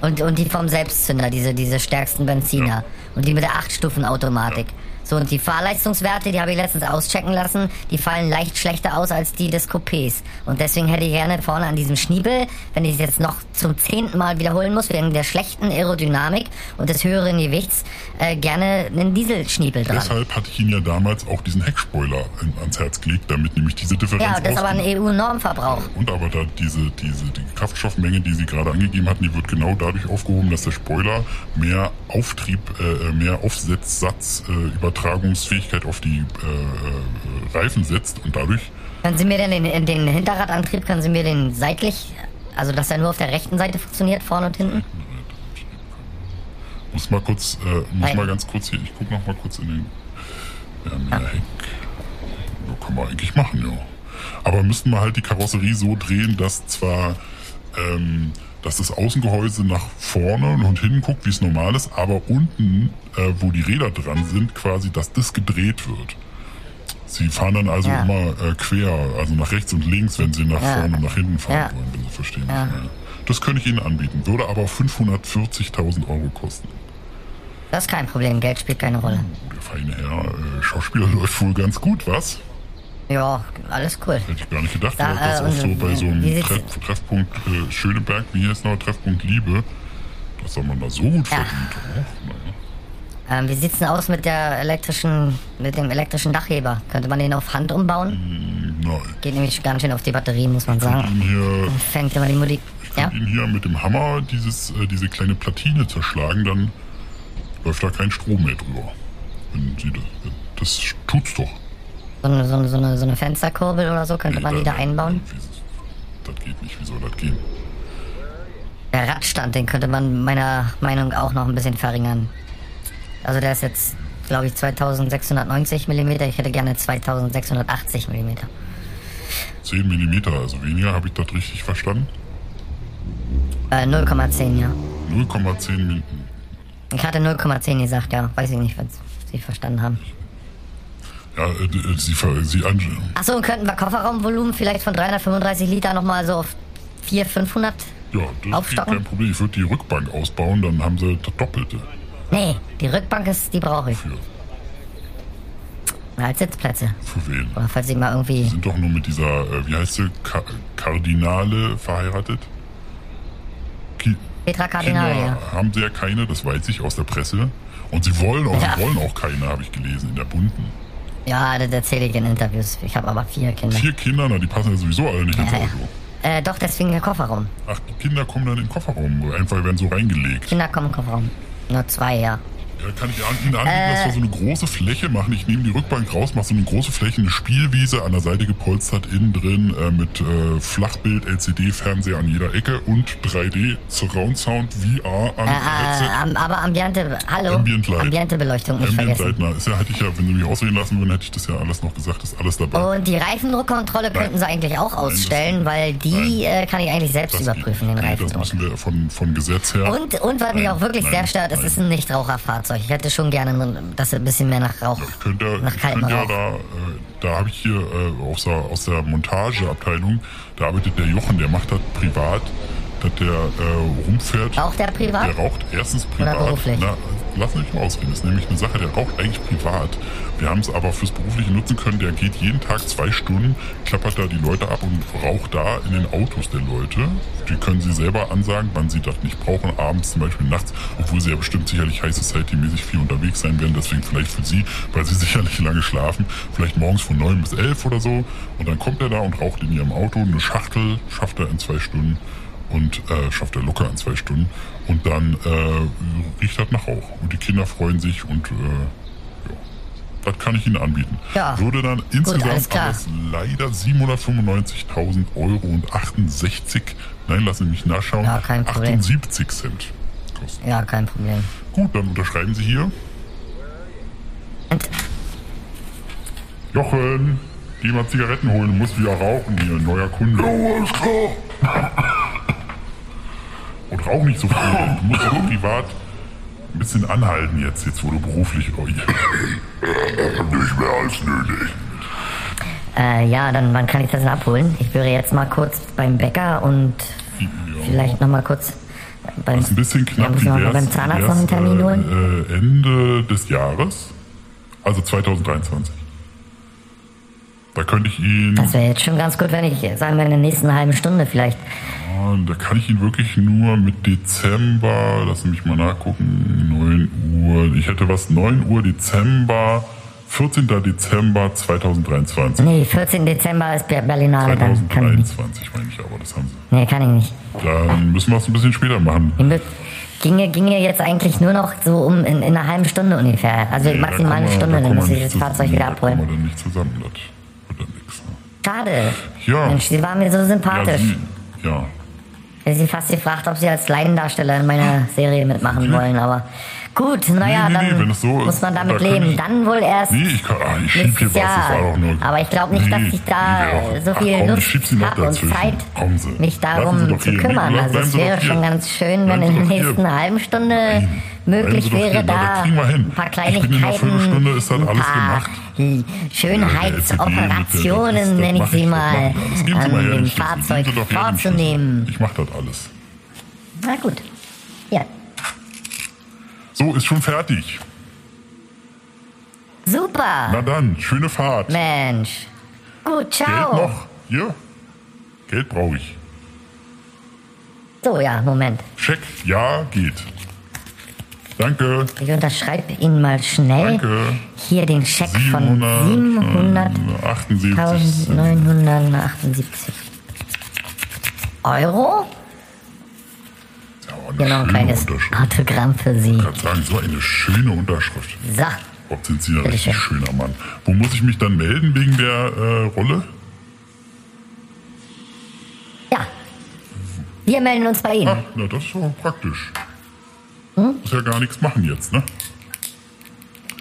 S6: Und, und die vom Selbstzünder, diese, diese stärksten Benziner.
S8: Ja.
S6: Und die mit der 8-Stufen-Automatik. So, und die Fahrleistungswerte, die habe ich letztens auschecken lassen, die fallen leicht schlechter aus als die des Coupés. Und deswegen hätte ich gerne vorne an diesem Schniebel, wenn ich es jetzt noch zum zehnten Mal wiederholen muss, wegen der schlechten Aerodynamik und des höheren Gewichts, äh, gerne einen Dieselschniebel dran.
S8: Deshalb hatte ich Ihnen ja damals auch diesen Heckspoiler in- ans Herz gelegt, damit nämlich diese Differenz
S6: Ja, und das ist aber ein E
S8: ausgeglichen
S6: EU-Normverbrauch.
S8: Und aber da diese, diese die Kraftstoffmenge, die Sie gerade angegeben hatten, die wird genau dadurch aufgehoben, dass der Spoiler mehr Auftrieb, äh, mehr Aufsetzsatz, äh, Übertragungsfähigkeit auf die äh, äh, Reifen setzt und dadurch
S6: Können Sie mir denn den, den Hinterradantrieb, können Sie mir den seitlich, also dass er nur auf der rechten Seite funktioniert, vorne und hinten?
S8: muss mal kurz, äh, muss
S6: Nein.
S8: mal ganz kurz hier, ich guck noch mal kurz in den ja, mehr Heck. Ja, kann man eigentlich machen, ja. Aber müssten wir halt die Karosserie so drehen, dass zwar ähm, dass das Außengehäuse nach vorne und hinten guckt, wie es normal ist, aber unten, äh, wo die Räder dran sind, quasi, dass das gedreht wird. Sie fahren dann also
S6: Ja.
S8: immer äh, quer, also nach rechts und links, wenn Sie nach
S6: Ja.
S8: vorne und nach hinten fahren
S6: Ja.
S8: wollen, wenn Sie verstehen.
S6: Ja.
S8: Ja. Das könnte ich Ihnen anbieten, würde aber 540.000 Euro kosten.
S6: Das ist kein Problem, Geld spielt keine Rolle.
S8: Der feine Herr, äh, Schauspieler läuft wohl ganz gut, was?
S6: Ja, alles cool.
S8: Hätte ich gar nicht gedacht,
S6: Da,
S8: weil das
S6: äh,
S8: auch so
S6: und,
S8: bei so
S6: wie
S8: einem
S6: sieht's-
S8: Treff, Treffpunkt äh, Schöneberg, wie hier ist noch Treffpunkt Liebe, das soll man da so gut verdient.
S6: Ähm, wie sieht's denn aus mit der elektrischen, mit dem elektrischen Dachheber? Könnte man den auf Hand umbauen?
S8: Nein.
S6: Geht nämlich ganz schön auf die Batterie, muss man
S8: Ich
S6: sagen.
S8: bin hier
S6: Fängt immer die Mutti. Ja?
S8: ihn hier mit dem Hammer dieses, äh, diese kleine Platine zerschlagen, dann läuft da kein Strom mehr drüber. Wenn Sie das, das tut's doch.
S6: So eine, so, eine, so, eine, so eine Fensterkurbel oder so könnte man die da einbauen?
S8: Äh, Das geht nicht, wie soll das gehen?
S6: Der Radstand, den könnte man meiner Meinung auch noch ein bisschen verringern. Also der ist jetzt, glaube ich, 2690 Millimeter. Ich hätte gerne 2680 Millimeter.
S8: 10 Millimeter, also weniger, habe ich das richtig verstanden?
S6: Äh, 0,10, ja.
S8: 0,10 Minuten.
S6: Ich hatte 0,10 gesagt, ja. Weiß ich nicht, wenn Sie verstanden haben.
S8: Ja, äh, äh, Sie, ver- Sie an-
S6: Achso, und könnten wir Kofferraumvolumen vielleicht von 335 Liter nochmal so auf 400, 500?
S8: Ja, das ist
S6: Aufstocken?
S8: kein Problem. Ich würde die Rückbank ausbauen, dann haben sie das Doppelte.
S6: Nee, die Rückbank ist, die brauche ich.
S8: Für,
S6: Als Sitzplätze.
S8: für wen?
S6: Oder falls ich mal
S8: Sie
S6: irgendwie...
S8: sind doch nur mit dieser, äh, wie heißt sie, Ka Kardinale verheiratet? Ki Kinder
S6: Petra Kardinal, ja.
S8: haben sie ja keine, das weiß ich aus der Presse. Und sie wollen auch,
S6: Ja.
S8: sie wollen auch keine, habe ich gelesen, in der bunten.
S6: Ja, das erzähle ich in Interviews. Ich habe aber vier Kinder.
S8: Vier Kinder, na, die passen ja sowieso alle nicht ins Auto.
S6: Äh, doch, deswegen der Kofferraum.
S8: Ach, die Kinder kommen dann in den Kofferraum, einfach werden so reingelegt.
S6: Kinder kommen im Kofferraum. Nur zwei, ja.
S8: Ja, kann ich an- Ihnen anbieten, dass wir so eine große Fläche machen. Ich nehme die Rückbank raus, mache so eine große Fläche, eine Spielwiese an der Seite gepolstert, innen drin äh, mit äh, Flachbild, LCD-Fernseher an jeder Ecke und 3D Surround Sound VR an
S6: Äh,
S8: Headset.
S6: äh, am- aber Ambiente, hallo?
S8: Ambient Light.
S6: Ambiente Beleuchtung nicht
S8: Ambient
S6: ah. vergessen.
S8: Light, na, ist ja, hätte ich ja, wenn Sie mich ausreden lassen würden, hätte ich das ja alles noch gesagt, ist alles dabei.
S6: Und die Reifendruckkontrolle könnten sie eigentlich auch ausstellen, weil die äh, kann ich eigentlich selbst
S8: Das-
S6: überprüfen, den
S8: nee, Das
S6: Reifendruck.
S8: müssen wir von, von Gesetz her.
S6: Und, und was mich
S8: Nein,
S6: auch wirklich
S8: nein,
S6: sehr stört, es
S8: nein.
S6: ist ein Nichtraucherfahrzeug. Ich hätte schon gerne, einen- dass er ein bisschen mehr nach Rauch.
S8: Ich könnte, ja-
S6: Nach
S8: ich
S6: kaltem
S8: könnte ja
S6: Rauch.
S8: da, äh, da habe ich hier äh, aus, der, aus der Montageabteilung, da arbeitet der Jochen, der macht das privat, dass der äh, rumfährt.
S6: Raucht der privat?
S8: Der raucht erstens privat.
S6: beruflich?
S8: Na, lass mich mal ausreden, das ist nämlich eine Sache, der raucht eigentlich privat. Wir haben es aber fürs Berufliche nutzen können, der geht jeden Tag zwei Stunden, klappert da die Leute ab und raucht da in den Autos der Leute. Die können sie selber ansagen, wann sie das nicht brauchen, abends zum Beispiel nachts, obwohl sie ja bestimmt sicherlich High Society-mäßig viel unterwegs sein werden, deswegen vielleicht für sie, weil sie (laughs) sicherlich lange schlafen, vielleicht morgens von 9 bis 11 oder so und dann kommt er da und raucht in ihrem Auto eine Schachtel, schafft er in zwei Stunden und äh, schafft er locker in zwei Stunden. Und dann äh, riecht das nach Rauch. Und die Kinder freuen sich und äh, ja, das kann ich Ihnen anbieten.
S6: Ja.
S8: Würde dann insgesamt
S6: alles klar.
S8: alles leider 795.000 Euro und 68, nein, lassen Sie mich nachschauen,
S6: Ja, kein Problem.
S8: 78 Cent kosten.
S6: Ja, kein Problem.
S8: Gut, dann unterschreiben Sie hier.
S6: Und
S8: Jochen, geh mal Zigaretten holen, du musst wieder rauchen hier, neuer Kunde. Ja, alles klar. (laughs) Und rauch nicht so viel, du musst auch privat ein bisschen anhalten jetzt, jetzt wo du beruflich oh, (laughs) Nicht mehr als nötig.
S6: äh, ja, dann wann kann ich das denn abholen? Ich wäre jetzt mal kurz beim Bäcker und
S8: Ja.
S6: vielleicht nochmal kurz beim.
S8: Ist ein bisschen knapp,
S6: Ja, müssen wir mal beim Zahnarzt noch einen Termin
S8: äh,
S6: holen?
S8: äh, Ende des Jahres, also 2023. Da könnte ich ihn,
S6: Das wäre jetzt schon ganz gut, wenn ich, sagen wir, in der nächsten halben Stunde vielleicht.
S8: Ah, da kann ich ihn wirklich nur mit Dezember, lass mich mal nachgucken, 9 Uhr, ich hätte was, 9 Uhr Dezember, 14. Dezember 2023.
S6: Nee, 14. Dezember ist Ber- Berlinale, dann kann ich nicht.
S8: 2023 meine ich aber, das haben sie.
S6: Nee, kann ich nicht.
S8: Dann müssen wir es ein bisschen später machen.
S6: Ihm wird- Ginge, ginge jetzt eigentlich nur noch so um in, in einer halben Stunde ungefähr. Also
S8: Nee, da
S6: maximal
S8: kommen
S6: eine
S8: wir-
S6: Stunde,
S8: da
S6: dann
S8: kommen
S6: muss
S8: wir
S6: ich
S8: nicht
S6: das Fahrzeug
S8: zusammen,
S6: wieder
S8: Da kommen
S6: abholen.
S8: wir dann nicht zusammen, das wird dann nichts. Ne?
S6: Schade.
S8: Ja.
S6: Mensch, sie war mir so
S8: Ja,
S6: sympathisch.
S8: sie, ja. (laughs)
S6: Ich hätte sie fast gefragt, ob sie als Laiendarsteller in meiner Serie mitmachen wollen, aber Gut, naja,
S8: Nee, nee, nee,
S6: dann
S8: wenn es so
S6: muss
S8: ist,
S6: man damit
S8: da
S6: leben.
S8: kann ich-
S6: Dann wohl erst
S8: Nee, ich kann. Ah, ich schieb hier
S6: nächstes
S8: was. Das war
S6: Jahr.
S8: doch nur.
S6: Aber ich glaube nicht, dass
S8: Nee,
S6: ich da
S8: nee,
S6: so
S8: ach,
S6: viel
S8: komm,
S6: Lust
S8: schieb sie noch
S6: habe und
S8: dazwischen.
S6: Zeit,
S8: Kommen Sie.
S6: mich
S8: Bleiben Sie
S6: darum
S8: doch
S6: zu
S8: hier. Nee,
S6: kümmern.
S8: bleib-
S6: Also
S8: bleiben
S6: es
S8: Sie doch
S6: wäre
S8: hier.
S6: schon ganz schön, wenn
S8: Bleiben
S6: in
S8: Sie
S6: der
S8: doch hier.
S6: nächsten halben Stunde
S8: Bleiben Sie
S6: möglich
S8: doch hier,
S6: wäre,
S8: na, das
S6: da
S8: kriegen wir hin.
S6: ein paar
S8: Ich bin in einer
S6: Kleinigkeiten,
S8: Viertelstunde, ist das
S6: ein
S8: alles
S6: paar
S8: gemacht. Ja, das- das
S6: Schönheitsoperationen, nenne ich
S8: mach
S6: sie
S8: das
S6: mal,
S8: mach ich. Das geben Sie
S6: an
S8: mal her, den
S6: dem
S8: Schlüssel. Geben
S6: Fahrzeug
S8: Sie doch her den Schlüssel.
S6: vorzunehmen.
S8: Ich mach das alles.
S6: Na gut. Ja,
S8: So, ist schon fertig.
S6: super.
S8: Na dann, schöne Fahrt.
S6: Ah. Mensch. Gut,
S8: Geld
S6: ciao.
S8: noch? Hier? Geld brauche ich.
S6: So, ja, Moment.
S8: Scheck, ja, geht. Danke,
S6: Ich unterschreibe Ihnen mal schnell
S8: danke. äh,
S6: hier den Scheck von
S8: 700, 78.
S6: 700.978 Euro. Genau,
S8: Hm,
S6: ein kleines Autogramm für Sie.
S8: Ich kann sagen, so eine schöne Unterschrift.
S6: So,
S8: Bob, sind Sie ein
S6: Bitte
S8: richtig schöner Mann. Wo muss ich mich dann melden wegen der äh, Rolle?
S6: ja. Wir melden uns bei
S8: Ah,
S6: Ihnen.
S8: na, das ist doch praktisch.
S6: Hm?
S8: Muss ja gar nichts machen jetzt, ne?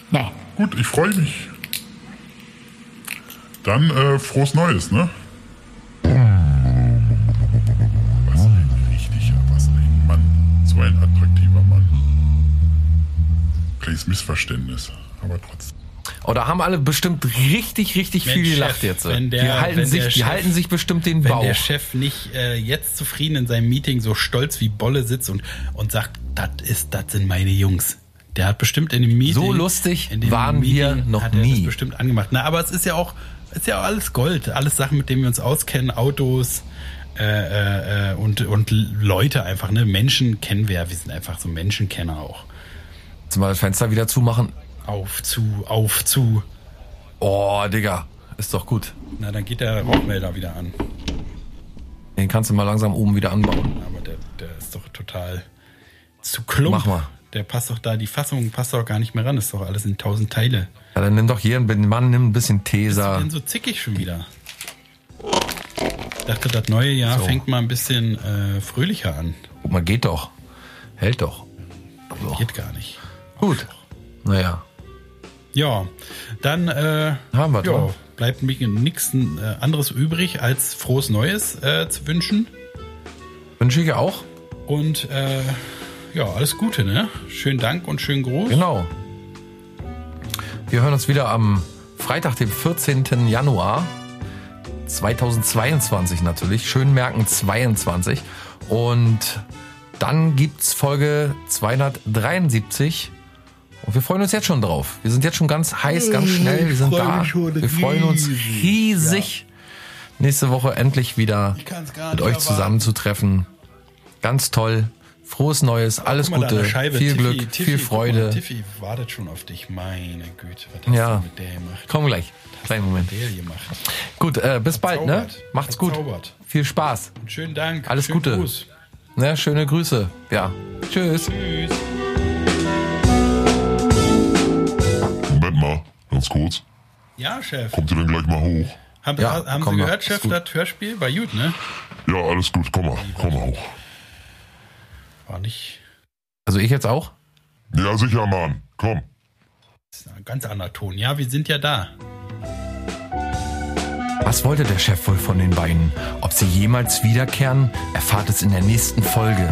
S6: Nee.
S8: Gut, ich freue mich. Dann äh, frohes Neues, ne? Was ein richtiger, was ein Mann. So ein attraktiver Mann. Kleines Missverständnis, aber trotzdem.
S2: Oh, da haben alle bestimmt richtig, richtig viel
S1: Mensch, Chef,
S2: gelacht jetzt.
S1: wenn der-
S2: die halten
S1: wenn
S2: sich,
S1: der
S2: die
S1: Chef-
S2: halten sich bestimmt den
S1: Wenn
S2: Bauch.
S1: der Chef nicht äh, jetzt zufrieden in seinem Meeting so stolz wie Bolle sitzt und, und sagt, das ist, das sind meine Jungs. Der hat bestimmt in dem Meeting.
S2: So lustig
S1: in dem
S2: waren wir noch
S1: hat er
S2: nie.
S1: Das bestimmt angemacht. Na, aber es ist ja auch, ist ja auch alles Gold. Alles Sachen, mit denen wir uns auskennen. Autos äh, äh, äh, und, und Leute einfach, ne? Menschen kennen wir ja. Wir sind einfach so Menschenkenner auch.
S2: Jetzt mal das Fenster wieder zumachen.
S1: Auf, zu, auf, zu.
S2: Oh, Digga, ist doch gut.
S1: Na, dann geht der Rauchmelder wieder an.
S2: Den kannst du mal langsam oben wieder anbauen.
S1: Aber der, der ist doch total zu klump.
S2: Mach mal.
S1: Der passt doch da, die Fassung passt doch gar nicht mehr ran. Ist doch alles in tausend Teile.
S2: Ja, dann nimm doch hier einen Mann, nimm ein bisschen
S1: Ich
S2: Tesa.
S1: bin so zickig schon wieder. Ich dachte, das neue Jahr
S2: So.
S1: fängt mal ein bisschen äh, fröhlicher an.
S2: Guck mal, geht doch. Hält doch. So.
S1: Geht gar nicht.
S2: Gut. Naja.
S1: Ja, dann äh,
S2: Haben wir's,
S1: ja,
S2: wa?
S1: bleibt mir nichts äh, anderes übrig, als frohes Neues äh, zu wünschen.
S2: Wünsche ich auch.
S1: Und äh, ja, alles Gute, ne? Schönen Dank und schönen Gruß.
S2: Genau. Wir hören uns wieder am Freitag, dem 14. Januar 2022 natürlich. Schön merken 22. Und dann gibt's Folge 273. Und wir freuen uns jetzt schon drauf. Wir sind jetzt schon ganz heiß, ganz schnell. Wir sind
S1: freu
S2: da.
S1: mich schon
S2: Wir freuen uns
S1: riesig.
S2: riesig, nächste Woche endlich wieder
S1: kann's gar
S2: mit
S1: nicht
S2: euch
S1: erwarten.
S2: zusammenzutreffen. Ganz toll. Frohes Neues, alles
S1: Guck mal da an
S2: Gute,
S1: der Scheibe.
S2: viel
S1: Tiffy,
S2: Glück,
S1: Tiffy,
S2: viel
S1: guck mal,
S2: Freude.
S1: Tiffy wartet schon auf dich. Meine Güte, was hast
S2: Ja.
S1: du mit der gemacht?
S2: Komm gleich. Kleinen Moment.
S1: Der gemacht.
S2: Gut, äh, bis bald, ne?
S1: Verzaubert.
S2: Macht's gut.
S1: Verzaubert.
S2: Viel Spaß.
S1: Und schönen Dank.
S2: Alles
S1: schönen
S2: Gute.
S1: Gruß.
S2: Ne? Schöne Grüße. Ja. Tschüss.
S1: Tschüss.
S5: Moment mal, ganz kurz.
S1: Ja, Chef.
S5: Kommt ihr denn gleich mal hoch?
S1: Haben,
S2: Ja,
S1: ha- haben
S2: komm
S1: Sie
S2: mal,
S1: gehört,
S2: ist
S1: Chef,
S2: gut.
S1: das Hörspiel war gut, ne?
S5: Ja, alles gut, komm mal, komm mal hoch.
S1: War nicht.
S2: Also ich jetzt auch?
S5: Ja, sicher, Mann. Komm.
S1: Ist ein ganz anderer Ton. Ja, wir sind ja da.
S2: Was wollte der Chef wohl von den beiden? Ob sie jemals wiederkehren, erfahrt es in der nächsten Folge.